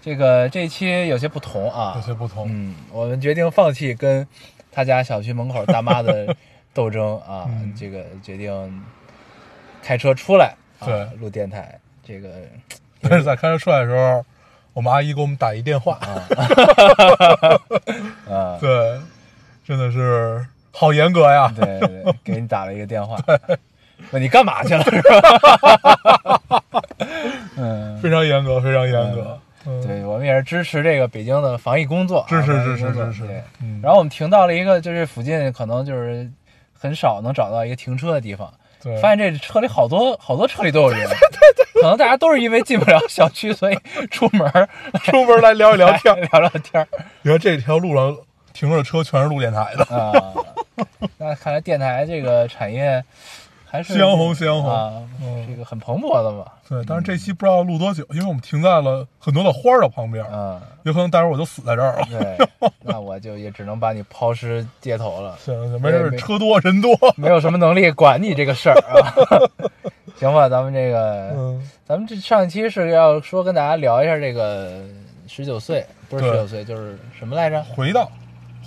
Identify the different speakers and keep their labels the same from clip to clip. Speaker 1: 这个这一期有些不同啊
Speaker 2: 有，些不同。
Speaker 1: 嗯，我们决定放弃跟他家小区门口大妈的斗争啊，
Speaker 2: 嗯
Speaker 1: 这个决定开车出来啊
Speaker 2: 对
Speaker 1: 录电台，这个
Speaker 2: 但是在开车出来的时候，我们阿姨给我们打一电话，，
Speaker 1: 啊呃
Speaker 2: 对，真的是好严格呀。
Speaker 1: 对对对，给你打了一个电话，问你干嘛 去了 是吧？嗯，
Speaker 2: 非常严格，非常严格。嗯，
Speaker 1: 对，我们也是支持这个北京的防疫工作啊，
Speaker 2: 支持
Speaker 1: 防疫
Speaker 2: 支持
Speaker 1: 工作
Speaker 2: 支持
Speaker 1: 对。
Speaker 2: 嗯
Speaker 1: 然后我们听到了一个，就是附近可能就是很少能找到一个停车的地方，
Speaker 2: 对，
Speaker 1: 发现这车里好多好多车里都 有人，可能大家都是因为进不了小区，所以出门儿
Speaker 2: 出门来聊一聊天。
Speaker 1: 聊聊天儿
Speaker 2: 你看这条路上停着的车全是录电台的，
Speaker 1: 啊。那看来电台这个产业还是
Speaker 2: 夕阳红，夕阳红。
Speaker 1: 啊，
Speaker 2: 嗯
Speaker 1: 这个很蓬勃的嘛，
Speaker 2: 对，但是这期不知道录多久，因为我们停在了很多的花儿的旁边，
Speaker 1: 嗯。
Speaker 2: 有可能待会儿我就死在这儿了。
Speaker 1: 对，那我就也只能把你抛尸街头了。
Speaker 2: 行行，没事
Speaker 1: 对
Speaker 2: 儿，
Speaker 1: 没
Speaker 2: 车多人多。
Speaker 1: 没有什么能力管你这个事儿啊。 行吧，咱们这个，
Speaker 2: 嗯，
Speaker 1: 咱们这上一期是要说跟大家聊一下这个十九岁，不是十
Speaker 2: 对
Speaker 1: 九岁，就是什么来着？
Speaker 2: 回到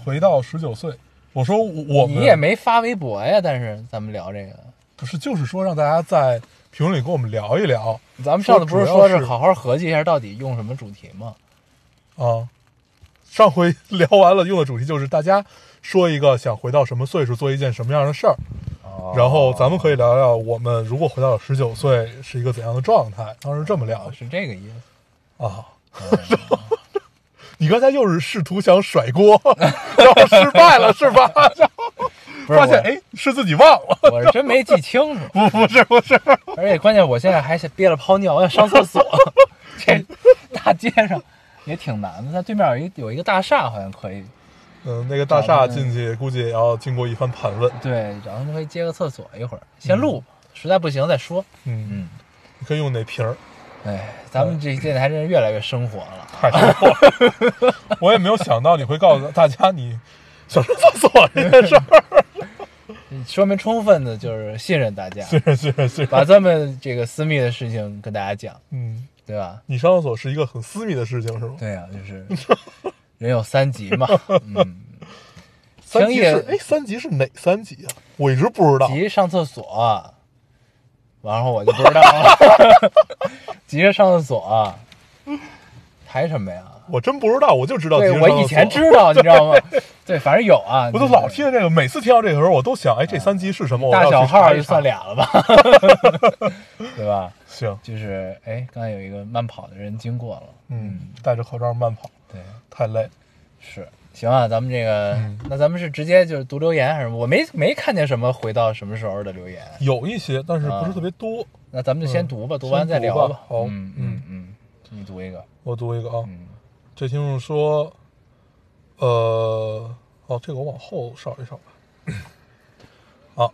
Speaker 2: 回到十九岁，我说我我们
Speaker 1: 你也没发微博呀，但是咱们聊这个，
Speaker 2: 不是，就是说让大家在评论里跟我们聊一聊
Speaker 1: 咱们上次不是
Speaker 2: 说
Speaker 1: 说
Speaker 2: 主要
Speaker 1: 是
Speaker 2: 是
Speaker 1: 好好合计一下到底用什么主题吗？
Speaker 2: 啊。上回聊完了，用的主题就是大家说一个想回到什么岁数做一件什么样的事儿，
Speaker 1: 哦
Speaker 2: 然后咱们可以聊聊我们如果回到十九岁是一个怎样的状态。当时这么聊
Speaker 1: 哦是这个意思。哦
Speaker 2: 啊， 你刚才又是试图想甩锅， 然后失败了是吧？然后
Speaker 1: 不是
Speaker 2: 发现
Speaker 1: 我
Speaker 2: 哎是自己忘了，
Speaker 1: 我是真没记清楚，
Speaker 2: 不不是不是，
Speaker 1: 而且关键我现在还想憋了泡尿，我想上厕 所。这大街上也挺难的，它对面有一有一个大厦，好像可以
Speaker 2: 嗯，那个大厦进去估计也要经过一番盘问，
Speaker 1: 对，然后可以接个厕所一会儿，先录，实在不行再说。
Speaker 2: 嗯，
Speaker 1: 嗯，
Speaker 2: 你可以用哪瓶儿？
Speaker 1: 哎，咱们这电台真是越来越生活了。
Speaker 2: 太生活了 我也没有想到你会告诉大家你想上厕所这件 事儿。
Speaker 1: 说明充分的就是信任大家，
Speaker 2: 是是是，
Speaker 1: 把咱们这个私密的事情跟大家讲，
Speaker 2: 嗯，
Speaker 1: 对吧？
Speaker 2: 你上厕所是一个很私密的事情，是吗？
Speaker 1: 对啊，就是 人有三急嘛，嗯，
Speaker 2: 三
Speaker 1: 行
Speaker 2: 级是
Speaker 1: 也
Speaker 2: 哎，三级是哪三级啊？我一直不知道。
Speaker 1: 急上厕所，然后我就不知道 了，急着上厕所，还什么呀？
Speaker 2: 我真不知道，我就知道急
Speaker 1: 对
Speaker 2: 着上
Speaker 1: 我
Speaker 2: 厕所
Speaker 1: 以前，知道，你知 道吗？对，反正有啊，
Speaker 2: 我就
Speaker 1: 就是
Speaker 2: 老听见这个，每次听到这个时候，我都想，哎，这三级是什么？我
Speaker 1: 大
Speaker 2: 要去
Speaker 1: 嗯小号
Speaker 2: 查一
Speaker 1: 就
Speaker 2: 查
Speaker 1: 算。俩了吧， 对吧？
Speaker 2: 行，
Speaker 1: 就是哎，刚才有一个慢跑的人经过了，
Speaker 2: 嗯，戴着口罩慢跑
Speaker 1: 对，
Speaker 2: 太累了。
Speaker 1: 是行啊，咱们这个，
Speaker 2: 嗯
Speaker 1: 那咱们是直接就是读留言还是什么？我没没看见什么回到什么时候的留言，
Speaker 2: 有一些，但是不
Speaker 1: 嗯
Speaker 2: 是特别多。
Speaker 1: 那咱们就先读吧，读完
Speaker 2: 嗯先
Speaker 1: 再
Speaker 2: 读
Speaker 1: 聊
Speaker 2: 吧
Speaker 1: 吧。
Speaker 2: 好
Speaker 1: 嗯嗯
Speaker 2: 嗯
Speaker 1: 嗯，你读一个，
Speaker 2: 我读一个啊，
Speaker 1: 嗯
Speaker 2: 这听众说，呃，哦，这个我往后稍一稍吧。啊，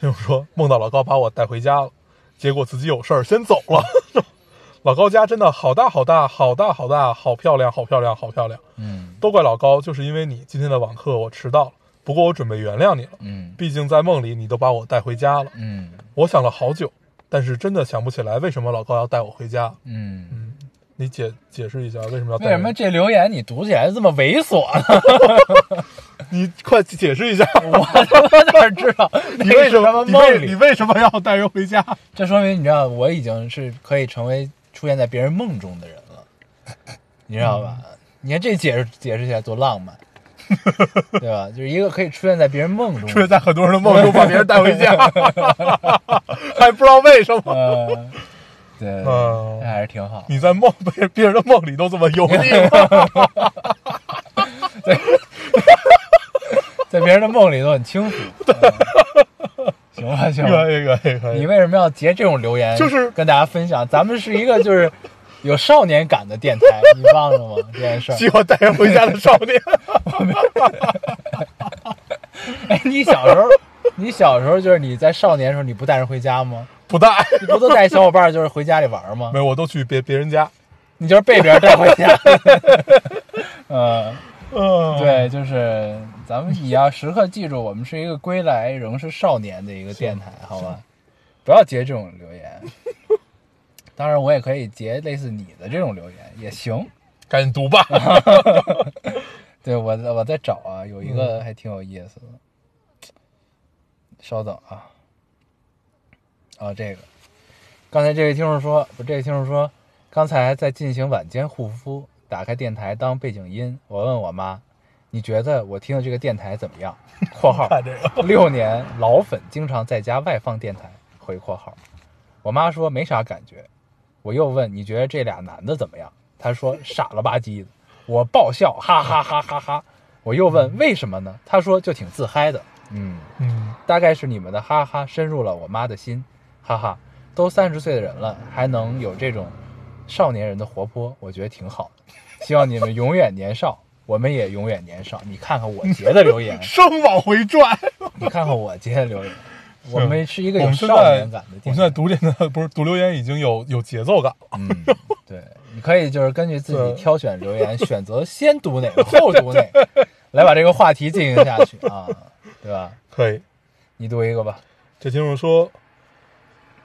Speaker 2: 听众说梦到老高把我带回家了，结果自己有事儿先走了。老高家真的好大好大好大好大，好漂亮好漂亮好漂亮，
Speaker 1: 嗯
Speaker 2: 都怪老高，就是因为你今天的网课我迟到了，不过我准备原谅你了，
Speaker 1: 嗯
Speaker 2: 毕竟在梦里你都把我带回家了。
Speaker 1: 嗯
Speaker 2: 我想了好久，但是真的想不起来为什么老高要带我回家。
Speaker 1: 嗯，
Speaker 2: 嗯，你解解释一下为什么要带
Speaker 1: 为什
Speaker 2: 人
Speaker 1: 么这留言你读起来这么猥琐呢？
Speaker 2: 你快解释一下，
Speaker 1: 我他妈哪知道
Speaker 2: 你为
Speaker 1: 什
Speaker 2: 什么
Speaker 1: 梦里
Speaker 2: 你为你为什么要带人回 家？
Speaker 1: 这说明你知道，我已经是可以成为出现在别人梦中的人了，你知道吧？你看这解释解释起来多浪 漫，对吧？就是一个可以出现在别人梦中
Speaker 2: 出现
Speaker 1: 的，
Speaker 2: 在很多人的梦中，把别人带 回家，还不知道为什么。
Speaker 1: 呃，对，
Speaker 2: 嗯
Speaker 1: 这还是挺好。
Speaker 2: 你在梦别别人的梦里都这么油腻 吗？
Speaker 1: 在别人的梦里都很轻浮。嗯行吧，行吧，
Speaker 2: 可以可以可
Speaker 1: 你
Speaker 2: 以，
Speaker 1: 为什么要截这种留言？
Speaker 2: 就是
Speaker 1: 跟大家分享，咱们是一个就是有少年感的电台，你忘了吗？这件 事儿
Speaker 2: 希望带回家的少年。
Speaker 1: 哎，你小时候，你小时候就是你在少年的时候，你不带人回家吗？
Speaker 2: 不带，
Speaker 1: 你不都带小伙伴儿就是回家里玩儿吗
Speaker 2: 没？有，我都去别别人家。
Speaker 1: 你就是被别人带回家。 嗯，
Speaker 2: 嗯，
Speaker 1: 对，就是咱们也要时刻记住，我们是一个归来仍是少年的一个电台，好吧？不要截这种留言。当然，我也可以截类似你的这种留言，也行。
Speaker 2: 赶紧 读吧。
Speaker 1: 对我在，我在找啊，有一个还挺有意思的。稍等啊，啊，这个，刚才这位听众说，不，这位听众说，刚才在进行晚间护肤，打开电台当背景音。我问我妈，你觉得我听的这个电台怎么样？（括 号
Speaker 2: 看这 个，
Speaker 1: 六年老粉经常在家外放电台。）回括号，我妈说没啥感觉。我又问你觉得这俩男的怎么样？她说傻了吧唧的。我爆笑，哈哈哈哈哈。我又问为什么呢？她说就挺自嗨的。嗯，
Speaker 2: 嗯，，
Speaker 1: 大概是你们的哈哈深入了我妈的心，哈哈，都三十岁的人了，还能有这种少年人的活泼，我觉得挺好的。希望你们永远年少，我们也永远年少。你看看我截的留言
Speaker 2: 生往回转。
Speaker 1: 你看看我截的留言，我们是一个
Speaker 2: 我
Speaker 1: 有
Speaker 2: 们现在
Speaker 1: 少年感的
Speaker 2: 我们
Speaker 1: 电
Speaker 2: 现在
Speaker 1: 台。
Speaker 2: 读这个不是读留言已经有有节奏感了。
Speaker 1: 嗯，对，你可以就是根据自己
Speaker 2: 对
Speaker 1: 挑选留言，选择先读哪个，后读哪个，来把这个话题进行下去 啊，对吧？
Speaker 2: 可以，
Speaker 1: 你读一个吧。
Speaker 2: 这听众说，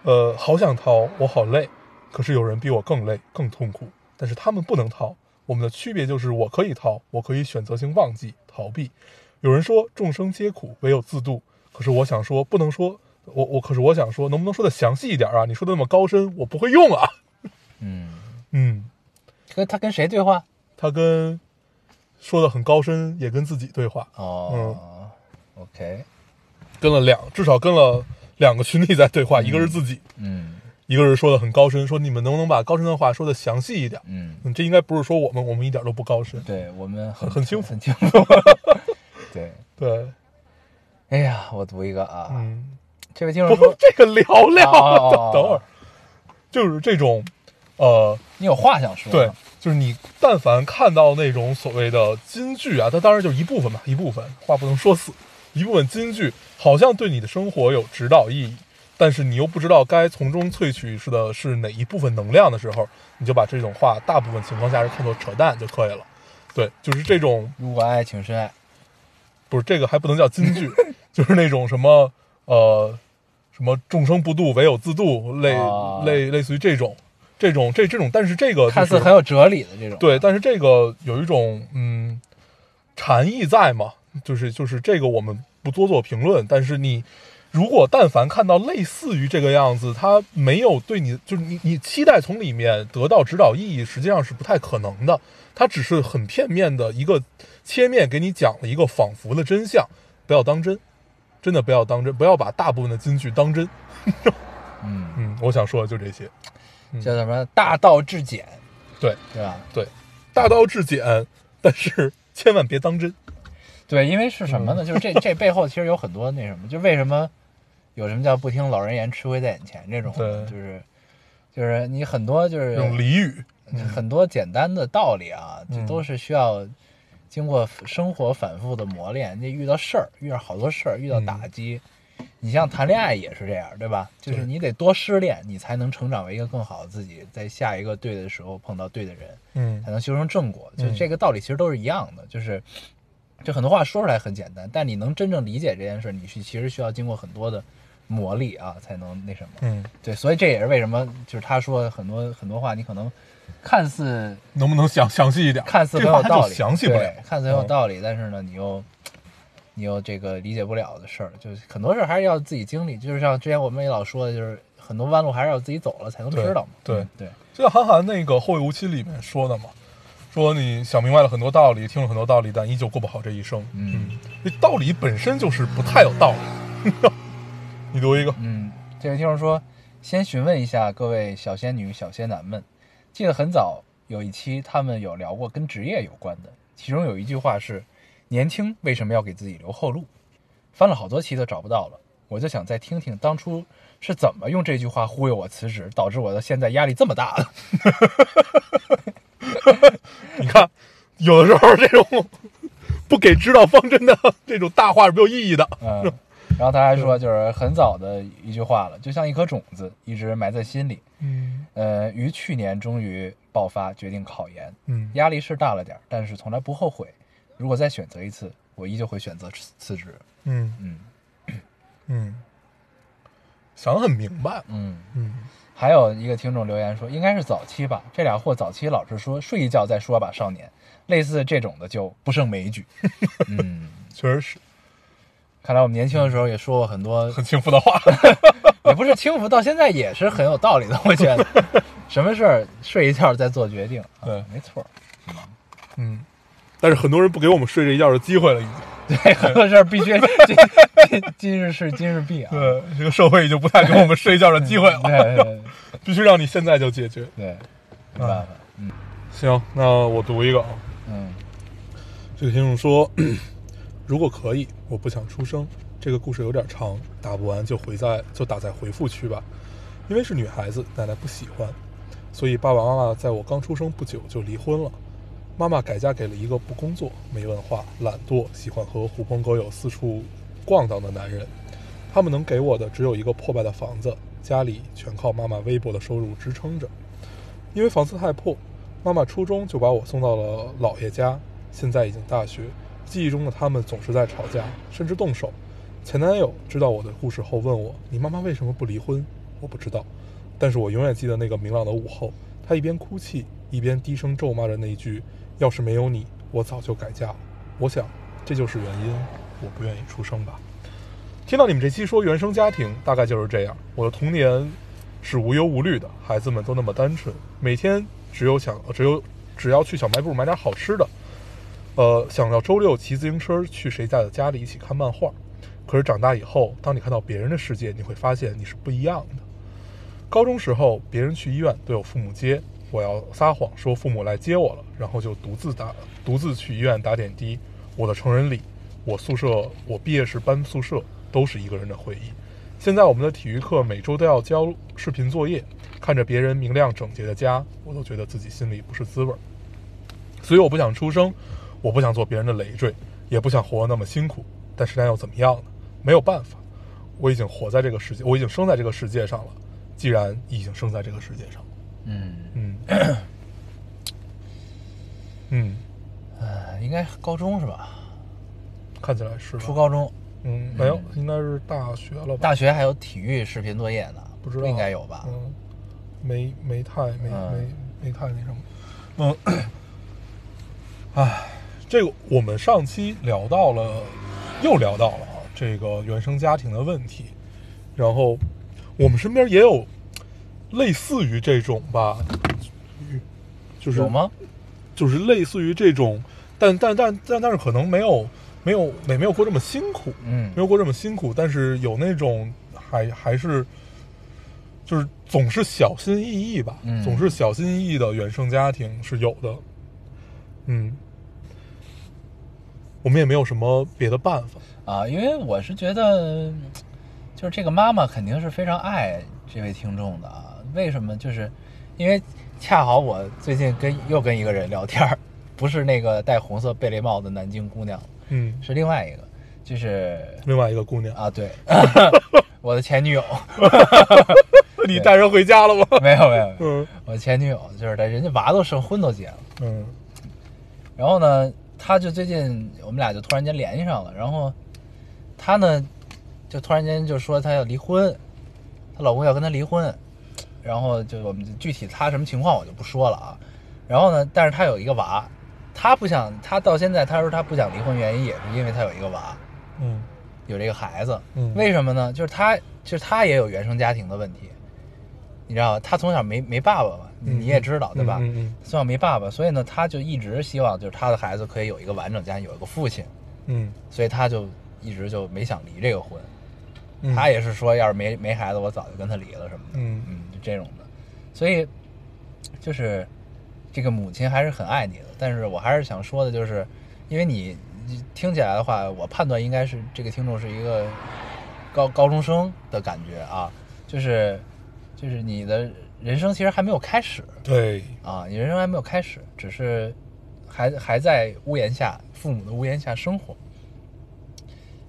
Speaker 2: 呃，好想逃，我好累，可是有人比我更累，更痛苦，但是他们不能逃。我们的区别就是，我可以逃，我可以选择性忘记、逃避。有人说众生皆苦，唯有自度。可是我想说，不能说，我我可是我想说，能不能说的详细一点啊？你说的那么高深，我不会用啊。
Speaker 1: 嗯，
Speaker 2: 嗯，
Speaker 1: 跟他跟谁对话？
Speaker 2: 他跟说的很高深，也跟自己对话，
Speaker 1: 哦、o
Speaker 2: 嗯
Speaker 1: k
Speaker 2: 跟了两，至少跟了两个群体在对话，一个是自己，
Speaker 1: 嗯
Speaker 2: 一个是说的很高深，说你们能不能把高深的话说的详细一点？
Speaker 1: 嗯，
Speaker 2: 嗯，这应该不是说我们，我们一点都不高深。
Speaker 1: 对我们很
Speaker 2: 很清楚
Speaker 1: 很清楚。 对，
Speaker 2: 对，
Speaker 1: 哎呀，我读一个啊，
Speaker 2: 嗯，
Speaker 1: 这位听
Speaker 2: 不
Speaker 1: 众说，
Speaker 2: 这个聊聊，
Speaker 1: 哦哦哦
Speaker 2: 等会儿，就是这种，呃，
Speaker 1: 你有话想说吗？
Speaker 2: 对，就是你但凡看到那种所谓的金句啊，它当然就一部分嘛，一部分话不能说死，一部分金句好像对你的生活有指导意义，但是你又不知道该从中萃取是的是哪一部分能量的时候，你就把这种话大部分情况下是看作扯淡就可以了。对，就是这种
Speaker 1: 如果爱，请深爱。
Speaker 2: 不是这个还不能叫金句， 就是那种什么呃什么众生不度，唯有自度，类、
Speaker 1: 啊
Speaker 2: 类类似于这种这种这这种，但是这个、就是、
Speaker 1: 看似很有哲理的这种，
Speaker 2: 对，但是这个有一种嗯禅意在嘛，就是就是这个我们不多做评论，但是你如果但凡看到类似于这个样子，它没有对你就是你你期待从里面得到指导意义，实际上是不太可能的，它只是很片面的一个切面给你讲了一个仿佛的真相，不要当真。真的不要当真，不要把大部分的金句当真。
Speaker 1: 嗯，
Speaker 2: 嗯，我想说的就这些。
Speaker 1: 叫什么大道至简，
Speaker 2: 嗯对
Speaker 1: 对吧？
Speaker 2: 对，大道至简，但是千万别当真。
Speaker 1: 对，因为是什
Speaker 2: 嗯
Speaker 1: 么呢？就是这这背后其实有很多那什么，就为什么有什么叫不听老人言，吃亏在眼前这种，
Speaker 2: 对
Speaker 1: 就是就是你很多就是
Speaker 2: 这种俚语，
Speaker 1: 很多简单的道理啊，这
Speaker 2: 嗯
Speaker 1: 都是需要经过生活反复的磨练。你遇到事儿，遇到好多事儿，遇到打击，你像谈恋爱也是这样，对吧？就是
Speaker 2: 嗯对
Speaker 1: 你得多失恋，你才能成长为一个更好的自己，在下一个对的时候碰到对的人，
Speaker 2: 嗯
Speaker 1: 才能修成正果。就
Speaker 2: 嗯
Speaker 1: 这个道理其实都是一样的，就是就很多话说出来很简单，但你能真正理解这件事，你是其实需要经过很多的磨砺啊，才能那什么。
Speaker 2: 嗯，
Speaker 1: 对，所以这也是为什么，就是他说很多很多话，你可能看似
Speaker 2: 能不能详详细一点？
Speaker 1: 看似很
Speaker 2: 这
Speaker 1: 有
Speaker 2: 话它
Speaker 1: 道
Speaker 2: 就
Speaker 1: 理，
Speaker 2: 详细不了嗯
Speaker 1: 对，看似很有道理，但是呢，你又你又这个理解不了的事儿，就是很多事儿还是要自己经历。就是像之前我们也老说的，就是很多弯路还是要自己走了才能
Speaker 2: 对
Speaker 1: 知道嘛。
Speaker 2: 对
Speaker 1: 嗯对，
Speaker 2: 就像韩寒那个《后会无期》里面说的嘛，说你想明白了很多道理，听了很多道理，但依旧过不好这一生。
Speaker 1: 嗯，
Speaker 2: 这道理本身就是不太有道理。 你读一个，
Speaker 1: 嗯，这位听众说，先询问一下各位小仙女、小仙男们，记得很早有一期他们有聊过跟职业有关的，其中有一句话是“年轻为什么要给自己留后路”，翻了好多期都找不到了。我就想再听听当初是怎么用这句话忽悠我辞职，导致我的现在压力这么大 的。
Speaker 2: 你看，有的时候这种不给指导方针的这种大话是没有意义的。
Speaker 1: 嗯，然后他还说，就是很早的一句话了，就像一颗种子，一直埋在心里。
Speaker 2: 嗯
Speaker 1: 呃，于去年终于爆发，决定考研，
Speaker 2: 嗯
Speaker 1: 压力是大了点儿，但是从来不后悔。如果再选择一次，我依旧会选择辞辞职。
Speaker 2: 嗯
Speaker 1: 嗯
Speaker 2: 嗯，想得很明白。
Speaker 1: 嗯。
Speaker 2: 嗯
Speaker 1: 还有一个听众留言说，应该是早期吧，这俩货早期老是说睡一觉再说吧，少年，类似这种的就不胜枚举。嗯，
Speaker 2: 确实是
Speaker 1: 看来我们年轻的时候也说过很 多，
Speaker 2: 很幸福的话。
Speaker 1: 也不是轻浮，到现在也是很有道理的。我觉 得，什么事儿睡一觉再做决定，啊
Speaker 2: 对
Speaker 1: 没错儿。
Speaker 2: 嗯， 但是很多人不给我们睡这一觉的机会了，已经。
Speaker 1: 对，哎很多事儿必须今今今日事今日毕啊。
Speaker 2: 对，这个社会已经不太给我们睡一觉的机 会了，
Speaker 1: 对对
Speaker 2: 必须让你现在就解决。
Speaker 1: 哎对，没办法。
Speaker 2: 行，那我读一个啊。
Speaker 1: 嗯
Speaker 2: 这个听众说：“ 如果可以，我不想出声。这个故事有点长，打不完就回在就打在回复区吧。因为是女孩子，奶奶不喜欢，所以爸爸妈妈在我刚出生不久就离婚了。妈妈改嫁给了一个不工作、没文化、懒惰、喜欢和狐朋狗友四处逛荡的男人。他们能给我的只有一个破败的房子，家里全靠妈妈微薄的收入支撑着。因为房子太破，妈妈初中就把我送到了姥爷家，现在已经大学。记忆中的他们总是在吵架，甚至动手。前男友知道我的故事后问我：“你妈妈为什么不离婚？”我不知道，但是我永远记得那个明朗的午后，她一边哭泣，一边低声咒骂着那一句：“要是没有你，我早就改嫁了。”我想，这就是原因，我不愿意出生吧。听到你们这期说原生家庭，大概就是这样。我的童年是无忧无虑的，孩子们都那么单纯，每天只有想，只有只要去小卖部买点好吃的，呃，想到周六骑自行车去谁家的家里一起看漫画。可是长大以后，当你看到别人的世界，你会发现你是不一样的。高中时候，别人去医院都有父母接，我要撒谎说父母来接我了，然后就独自打独自去医院打点滴。我的成人礼，我宿舍，我毕业时搬宿舍，都是一个人的回忆。现在我们的体育课每周都要交视频作业，看着别人明亮整洁的家，我都觉得自己心里不是滋味儿。所以我不想出生，我不想做别人的累赘，也不想活得那么辛苦。但是那又怎么样呢？没有办法，我已经活在这个世界，我已经生在这个世界上了。既然已经生在这个世界上了，
Speaker 1: 嗯，
Speaker 2: 嗯，嗯，
Speaker 1: 呃应该是高中是吧？
Speaker 2: 看起来是吧
Speaker 1: 初，高中，
Speaker 2: 嗯，没有，应该是大学了吧？
Speaker 1: 大学还有体育视频作业呢，
Speaker 2: 不知道
Speaker 1: 应该有吧？
Speaker 2: 嗯，没没太没、
Speaker 1: 嗯
Speaker 2: 没没太那什么。嗯，唉，这个我们上期聊到了，又聊到了啊，这个原生家庭的问题。然后我们身边也有类似于这种吧，就是
Speaker 1: 有？吗？
Speaker 2: 就是类似于这种，但但但但但是可能没有没有没没有过这么辛苦，
Speaker 1: 嗯
Speaker 2: 没有过这么辛苦，但是有那种还还是就是总是小心翼翼吧，
Speaker 1: 嗯
Speaker 2: 总是小心翼翼的原生家庭是有的。嗯，我们也没有什么别的办法。
Speaker 1: 啊，因为我是觉得，就是这个妈妈肯定是非常爱这位听众的啊。为什么？就是因为恰好我最近跟又跟一个人聊天儿，不是那个戴红色贝雷帽的南京姑娘，
Speaker 2: 嗯，
Speaker 1: 是另外一个，就是
Speaker 2: 另外一个姑娘，
Speaker 1: 啊，对， 我的前女友，
Speaker 2: 你带人回家了吗？
Speaker 1: 没有没有，没有
Speaker 2: 嗯
Speaker 1: 我的前女友就是在人家娃都生婚都结了。
Speaker 2: 嗯
Speaker 1: 然后呢，他就最近我们俩就突然间联系上了，然后他呢就突然间就说他要离婚，她老公要跟她离婚，然后就我们就具体他什么情况我就不说了啊。然后呢，但是他有一个娃，他不想，他到现在他说他不想离婚，原因也是因为他有一个娃，
Speaker 2: 嗯
Speaker 1: 有这个孩子。
Speaker 2: 嗯
Speaker 1: 为什么呢？就是他，就是他也有原生家庭的问题，你知道吧，他从小没没爸爸嘛，你
Speaker 2: 嗯
Speaker 1: 你也知道对吧？
Speaker 2: 嗯嗯
Speaker 1: 从小没爸爸，所以呢，他就一直希望就是他的孩子可以有一个完整家庭，有一个父亲，
Speaker 2: 嗯
Speaker 1: 所以他就一直就没想离这个婚。
Speaker 2: 嗯，
Speaker 1: 他也是说，要是没没孩子，我早就跟他离了什么的，
Speaker 2: 嗯
Speaker 1: 嗯，就这种的。所以就是这个母亲还是很爱你的，但是我还是想说的就是，因为你你听起来的话，我判断应该是这个听众是一个高高中生的感觉啊，就是就是你的人生其实还没有开始
Speaker 2: 对，
Speaker 1: 啊，你人生还没有开始，只是还还在屋檐下父母的屋檐下生活。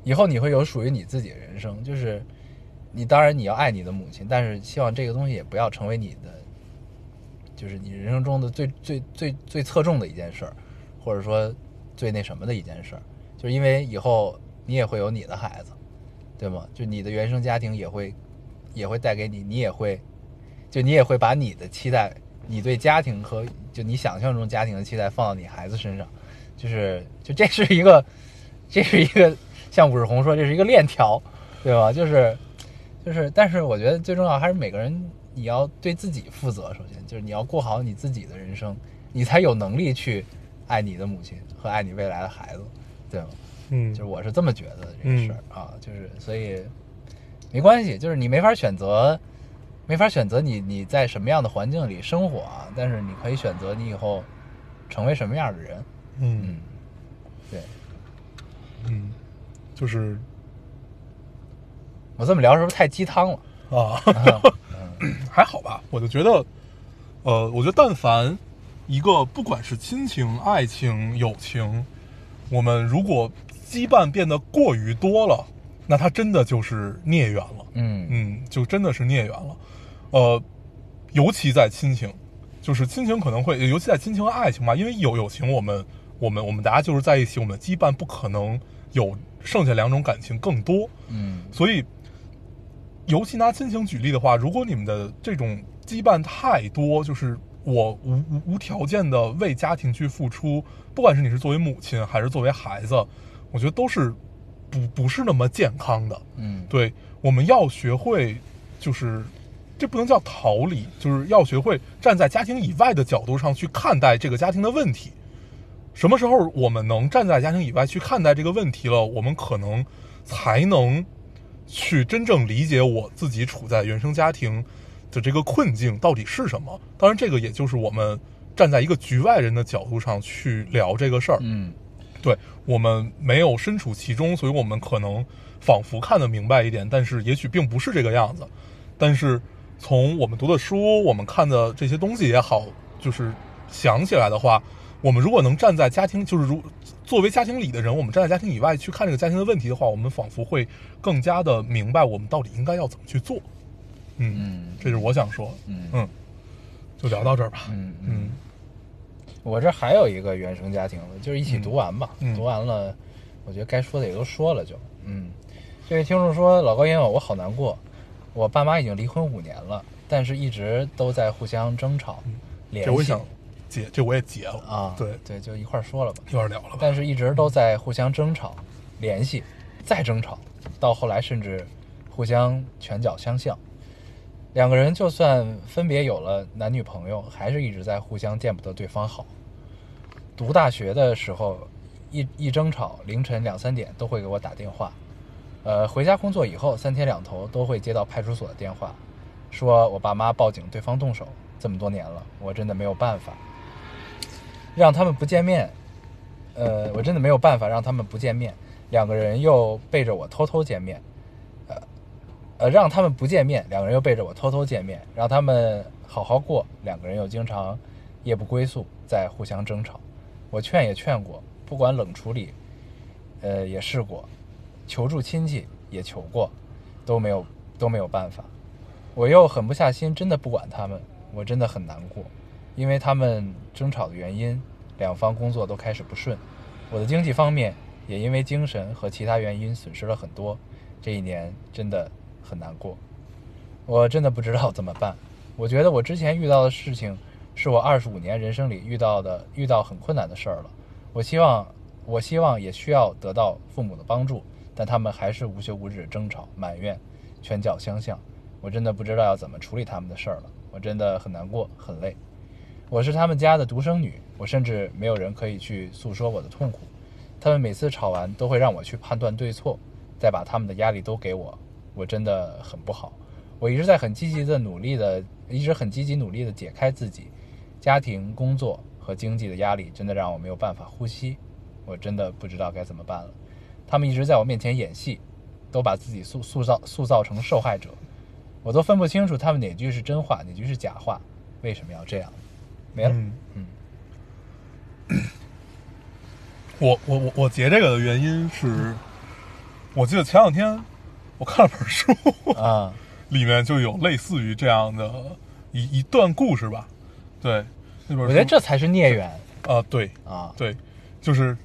Speaker 1: 以后你会有属于你自己的人生，就是你当然你要爱你的母亲，但是希望这个东西也不要成为你的，就是你人生中的最最最最侧重的一件事儿，或者说最那什么的一件事儿，就是因为以后你也会有你的孩子，对吗？就你的原生家庭也会也会带给你，你也会就你也会把你的期待，你对家庭和就你想象中家庭的期待放到你孩子身上，就是就这是一个， 这是一个像武志红说，这是一个链条，对吧？就是就是，但是我觉得最重要还是每个人你要对自己负责，首先就是你要过好你自己的人生，你才有能力去爱你的母亲和爱你未来的孩子，对吗？
Speaker 2: 嗯，
Speaker 1: 就是我是这么觉得这个事儿啊，就是所以没关系，就是你没法选择，没法选择你你在什么样的环境里生活啊，但是你可以选择你以后成为什么样的人，
Speaker 2: 嗯
Speaker 1: 嗯，对
Speaker 2: 嗯，就是
Speaker 1: 我这么聊是不是太鸡汤了？
Speaker 2: 啊，
Speaker 1: 嗯
Speaker 2: 还好吧，我就觉得，呃，我觉得但凡一个不管是亲情、爱情、友情，我们如果羁绊变得过于多了，那它真的就是孽缘了。
Speaker 1: 嗯
Speaker 2: 嗯，就真的是孽缘了。呃，尤其在亲情，就是亲情可能会，尤其在亲情和爱情吧，因为有友情，我们我们我们大家就是在一起，我们的羁绊不可能有剩下两种感情更多。
Speaker 1: 嗯
Speaker 2: 所以，尤其拿亲情举例的话，如果你们的这种羁绊太多，就是我无无无条件的为家庭去付出，不管是你是作为母亲还是作为孩子，我觉得都是不不是那么健康的。
Speaker 1: 嗯，
Speaker 2: 对，我们要学会，就是这不能叫逃离，就是要学会站在家庭以外的角度上去看待这个家庭的问题。什么时候我们能站在家庭以外去看待这个问题了，我们可能才能去真正理解我自己处在原生家庭的这个困境到底是什么。当然，这个也就是我们站在一个局外人的角度上去聊这个事儿。
Speaker 1: 嗯
Speaker 2: 对我们没有身处其中，所以我们可能仿佛看得明白一点，但是也许并不是这个样子。但是从我们读的书，我们看的这些东西也好，就是想起来的话，我们如果能站在家庭，就是如作为家庭里的人，我们站在家庭以外去看这个家庭的问题的话，我们仿佛会更加的明白我们到底应该要怎么去做。嗯，
Speaker 1: 嗯
Speaker 2: 这是我想说。
Speaker 1: 嗯
Speaker 2: 嗯，就聊到这儿吧。
Speaker 1: 嗯嗯，
Speaker 2: 嗯
Speaker 1: 我这还有一个原生家庭的，就是一起读完吧，
Speaker 2: 嗯嗯
Speaker 1: 读完了，我觉得该说的也都说了就，嗯，这位听众说老高烟友，我好难过，我爸妈已经离婚五年了，但是一直都在互相争吵，联系
Speaker 2: 嗯这我也想结，这我也结了
Speaker 1: 啊，
Speaker 2: 对，
Speaker 1: 对，就一块儿说了吧，
Speaker 2: 一会儿聊了吧。
Speaker 1: 但是一直都在互相争吵、联系，再争吵，到后来甚至互相拳脚相向。两个人就算分别有了男女朋友，还是一直在互相见不得对方好。读大学的时候，一一争吵，凌晨两三点都会给我打电话。呃，回家工作以后，三天两头都会接到派出所的电话，说我爸妈报警对方动手。这么多年了，我真的没有办法，让他们不见面，呃，我真的没有办法让他们不见面，两个人又背着我偷偷见面，呃，呃，让他们不见面，两个人又背着我偷偷见面，让他们好好过，两个人又经常夜不归宿，在互相争吵。我劝也劝过，不管冷处理，呃，也试过，求助亲戚也求过，都没有都没有办法。我又狠不下心，真的不管他们，我真的很难过，因为他们争吵的原因，两方工作都开始不顺，我的经济方面也因为精神和其他原因损失了很多，这一年真的很难过，我真的不知道怎么办。我觉得我之前遇到的事情，是我二十五年人生里遇到的遇到很困难的事儿了。我希望，我希望也需要得到父母的帮助，但他们还是无休无止争吵、埋怨、拳脚相向。我真的不知道要怎么处理他们的事儿了，我真的很难过，很累。我是他们家的独生女，我甚至没有人可以去诉说我的痛苦。他们每次吵完都会让我去判断对错，再把他们的压力都给我，我真的很不好。我一直在很积极的努力的，一直很积极努力的解开自己，家庭、工作和经济的压力真的让我没有办法呼吸，我真的不知道该怎么办了。他们一直在我面前演戏，都把自己塑塑造塑造成受害者，我都分不清楚他们哪句是真话，哪句是假话，为什么要这样？没了，
Speaker 2: 嗯嗯。我我我我截这个的原因是，我记得前两天我看了本书，
Speaker 1: 啊，
Speaker 2: 里面就有类似于这样的一一段故事吧。对，那本
Speaker 1: 我
Speaker 2: 书
Speaker 1: 觉得这才是孽缘
Speaker 2: 啊、对
Speaker 1: 啊，
Speaker 2: 对，就是，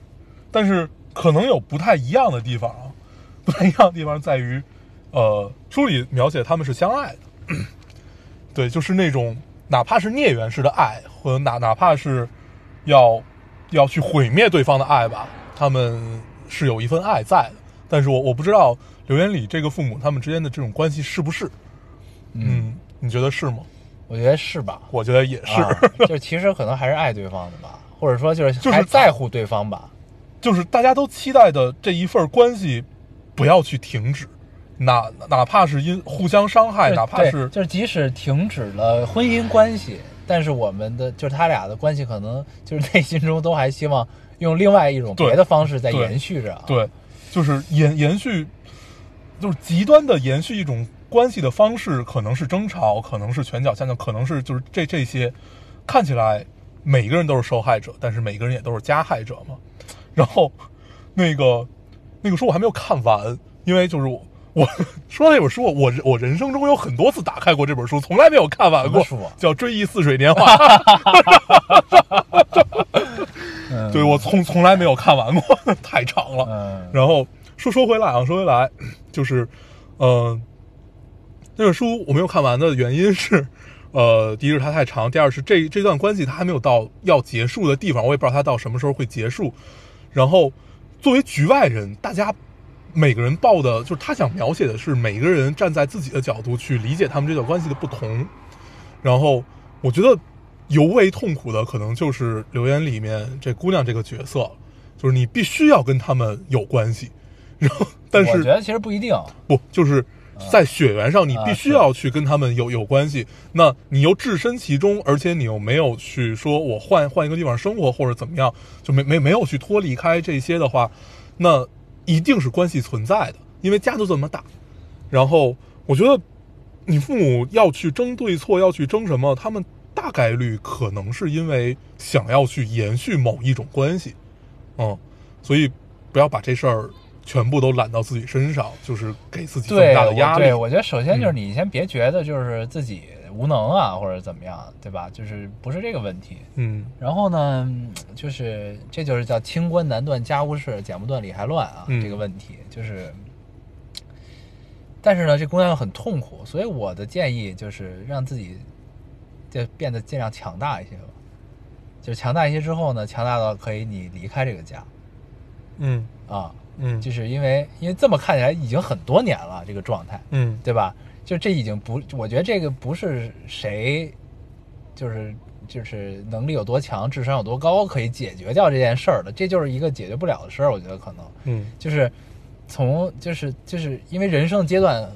Speaker 2: 但是可能有不太一样的地方啊，不太一样的地方在于，呃，书里描写他们是相爱的，对，就是那种哪怕是孽缘式的爱，或者哪哪怕是要要去毁灭对方的爱吧，他们是有一份爱在的，但是我我不知道刘元礼这个父母他们之间的这种关系是不是，
Speaker 1: 嗯，
Speaker 2: 嗯，你觉得是吗？
Speaker 1: 我觉得是吧？
Speaker 2: 我觉得也 是，
Speaker 1: 啊就是其实可能还是爱对方的吧，或者说就是
Speaker 2: 就是
Speaker 1: 还在乎对方吧，
Speaker 2: 就是大家都期待的这一份关系，不要去停止，哪哪怕是因互相伤害，
Speaker 1: 就
Speaker 2: 哎哪怕
Speaker 1: 对
Speaker 2: 是
Speaker 1: 就是即使停止了婚姻关系，但是我们的就是他俩的关系，可能就是内心中都还希望用另外一种
Speaker 2: 对
Speaker 1: 别的方式在
Speaker 2: 对
Speaker 1: 延续着、啊。
Speaker 2: 对，就是延延续，就是极端的延续一种关系的方式，可能是争吵，可能是拳脚相向，可能是就是这这些，看起来每个人都是受害者，但是每个人也都是加害者嘛。然后那个那个书我还没有看完，因为就是我。我说到这本书，我人我人生中有很多次打开过这本书，从来没有看完过。
Speaker 1: 什么书啊
Speaker 2: 叫《追忆似水年华》，
Speaker 1: 嗯
Speaker 2: 对我从从来没有看完过， 太长了。
Speaker 1: 嗯
Speaker 2: 然后说说回来啊，说回来，就是，呃，那本书我没有看完的原因是，呃，第一是它太长，第二是这这段关系它还没有到要结束的地方，我也不知道它到什么时候会结束。然后作为局外人，大家每个人抱的就是他想描写的是每个人站在自己的角度去理解他们这段关系的不同。然后我觉得尤为痛苦的可能就是留言里面这姑娘这个角色，就是你必须要跟他们有关系， 然后但
Speaker 1: 我觉
Speaker 2: 是
Speaker 1: 得其实不一定，
Speaker 2: 不就是。在血缘上，你
Speaker 1: 啊
Speaker 2: 必
Speaker 1: 是
Speaker 2: 须要去跟他们有有关系。那你又置身其中，而且你又没有去说我换换一个地方生活或者怎么样，就没没没有去脱离开这些的话，那一定是关系存在的，因为家就这么大。然后我觉得你父母要去争对错，要去争什么，他们大概率可能是因为想要去延续某一种关系，嗯，所以不要把这事儿全部都揽到自己身上，就是给自己这么
Speaker 1: 对，
Speaker 2: 大的
Speaker 1: 我
Speaker 2: 压力
Speaker 1: 对，。我觉得首先就是
Speaker 2: 嗯
Speaker 1: 你先别觉得就是自己无能啊，或者怎么样，对吧？就是不是这个问题。
Speaker 2: 嗯
Speaker 1: 然后呢，嗯就是这就是叫清官难断家务事，剪不断理还乱啊、
Speaker 2: 嗯
Speaker 1: 这个问题，就是。但是呢，这姑娘又很痛苦，所以我的建议就是让自己就变得尽量强大一些吧。就是强大一些之后呢，强大到可以你离开这个家
Speaker 2: 嗯
Speaker 1: 啊，
Speaker 2: 嗯，
Speaker 1: 就是因为因为这么看起来已经很多年了，这个状态，
Speaker 2: 嗯
Speaker 1: 对吧？就这已经不，我觉得这个不是谁，就是就是能力有多强、智商有多高可以解决掉这件事儿的，这就是一个解决不了的事儿。我觉得可能
Speaker 2: 嗯
Speaker 1: 就是从就是就是因为人生阶段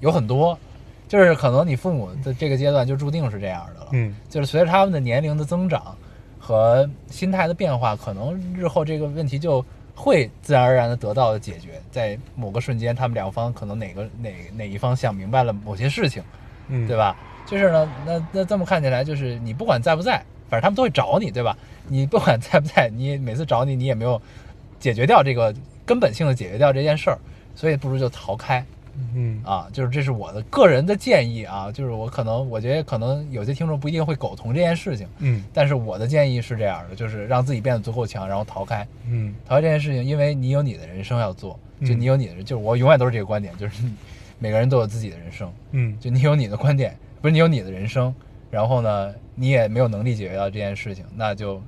Speaker 1: 有很多，就是可能你父母的这个阶段就注定是这样的了。
Speaker 2: 嗯
Speaker 1: 就是随着他们的年龄的增长和心态的变化，可能日后这个问题就会自然而然的得到解决。在某个瞬间，他们两方可能哪个哪哪一方想明白了某些事情，
Speaker 2: 嗯，
Speaker 1: 对？吧？就是呢，那那这么看起来，就是你不管在不在，反正他们都会找你，对吧？你不管在不在，你每次找你，你也没有解决掉这个根本性的解决掉这件事儿，所以不如就逃开。
Speaker 2: 嗯
Speaker 1: 啊，就是这是我的个人的建议啊，就是我可能我觉得可能有些听众不一定会苟同这件事情，
Speaker 2: 嗯
Speaker 1: 但是我的建议是这样的，就是让自己变得足够强，然后逃开，
Speaker 2: 嗯
Speaker 1: 逃开这件事情，因为你有你的人生要做，就
Speaker 2: 嗯
Speaker 1: 你有你的，就是我永远都是这个观点，就是你每个人都有自己的人生，
Speaker 2: 嗯
Speaker 1: 就你有你的观点，不是你有你的人生，然后呢，你也没有能力解决掉这件事情，那就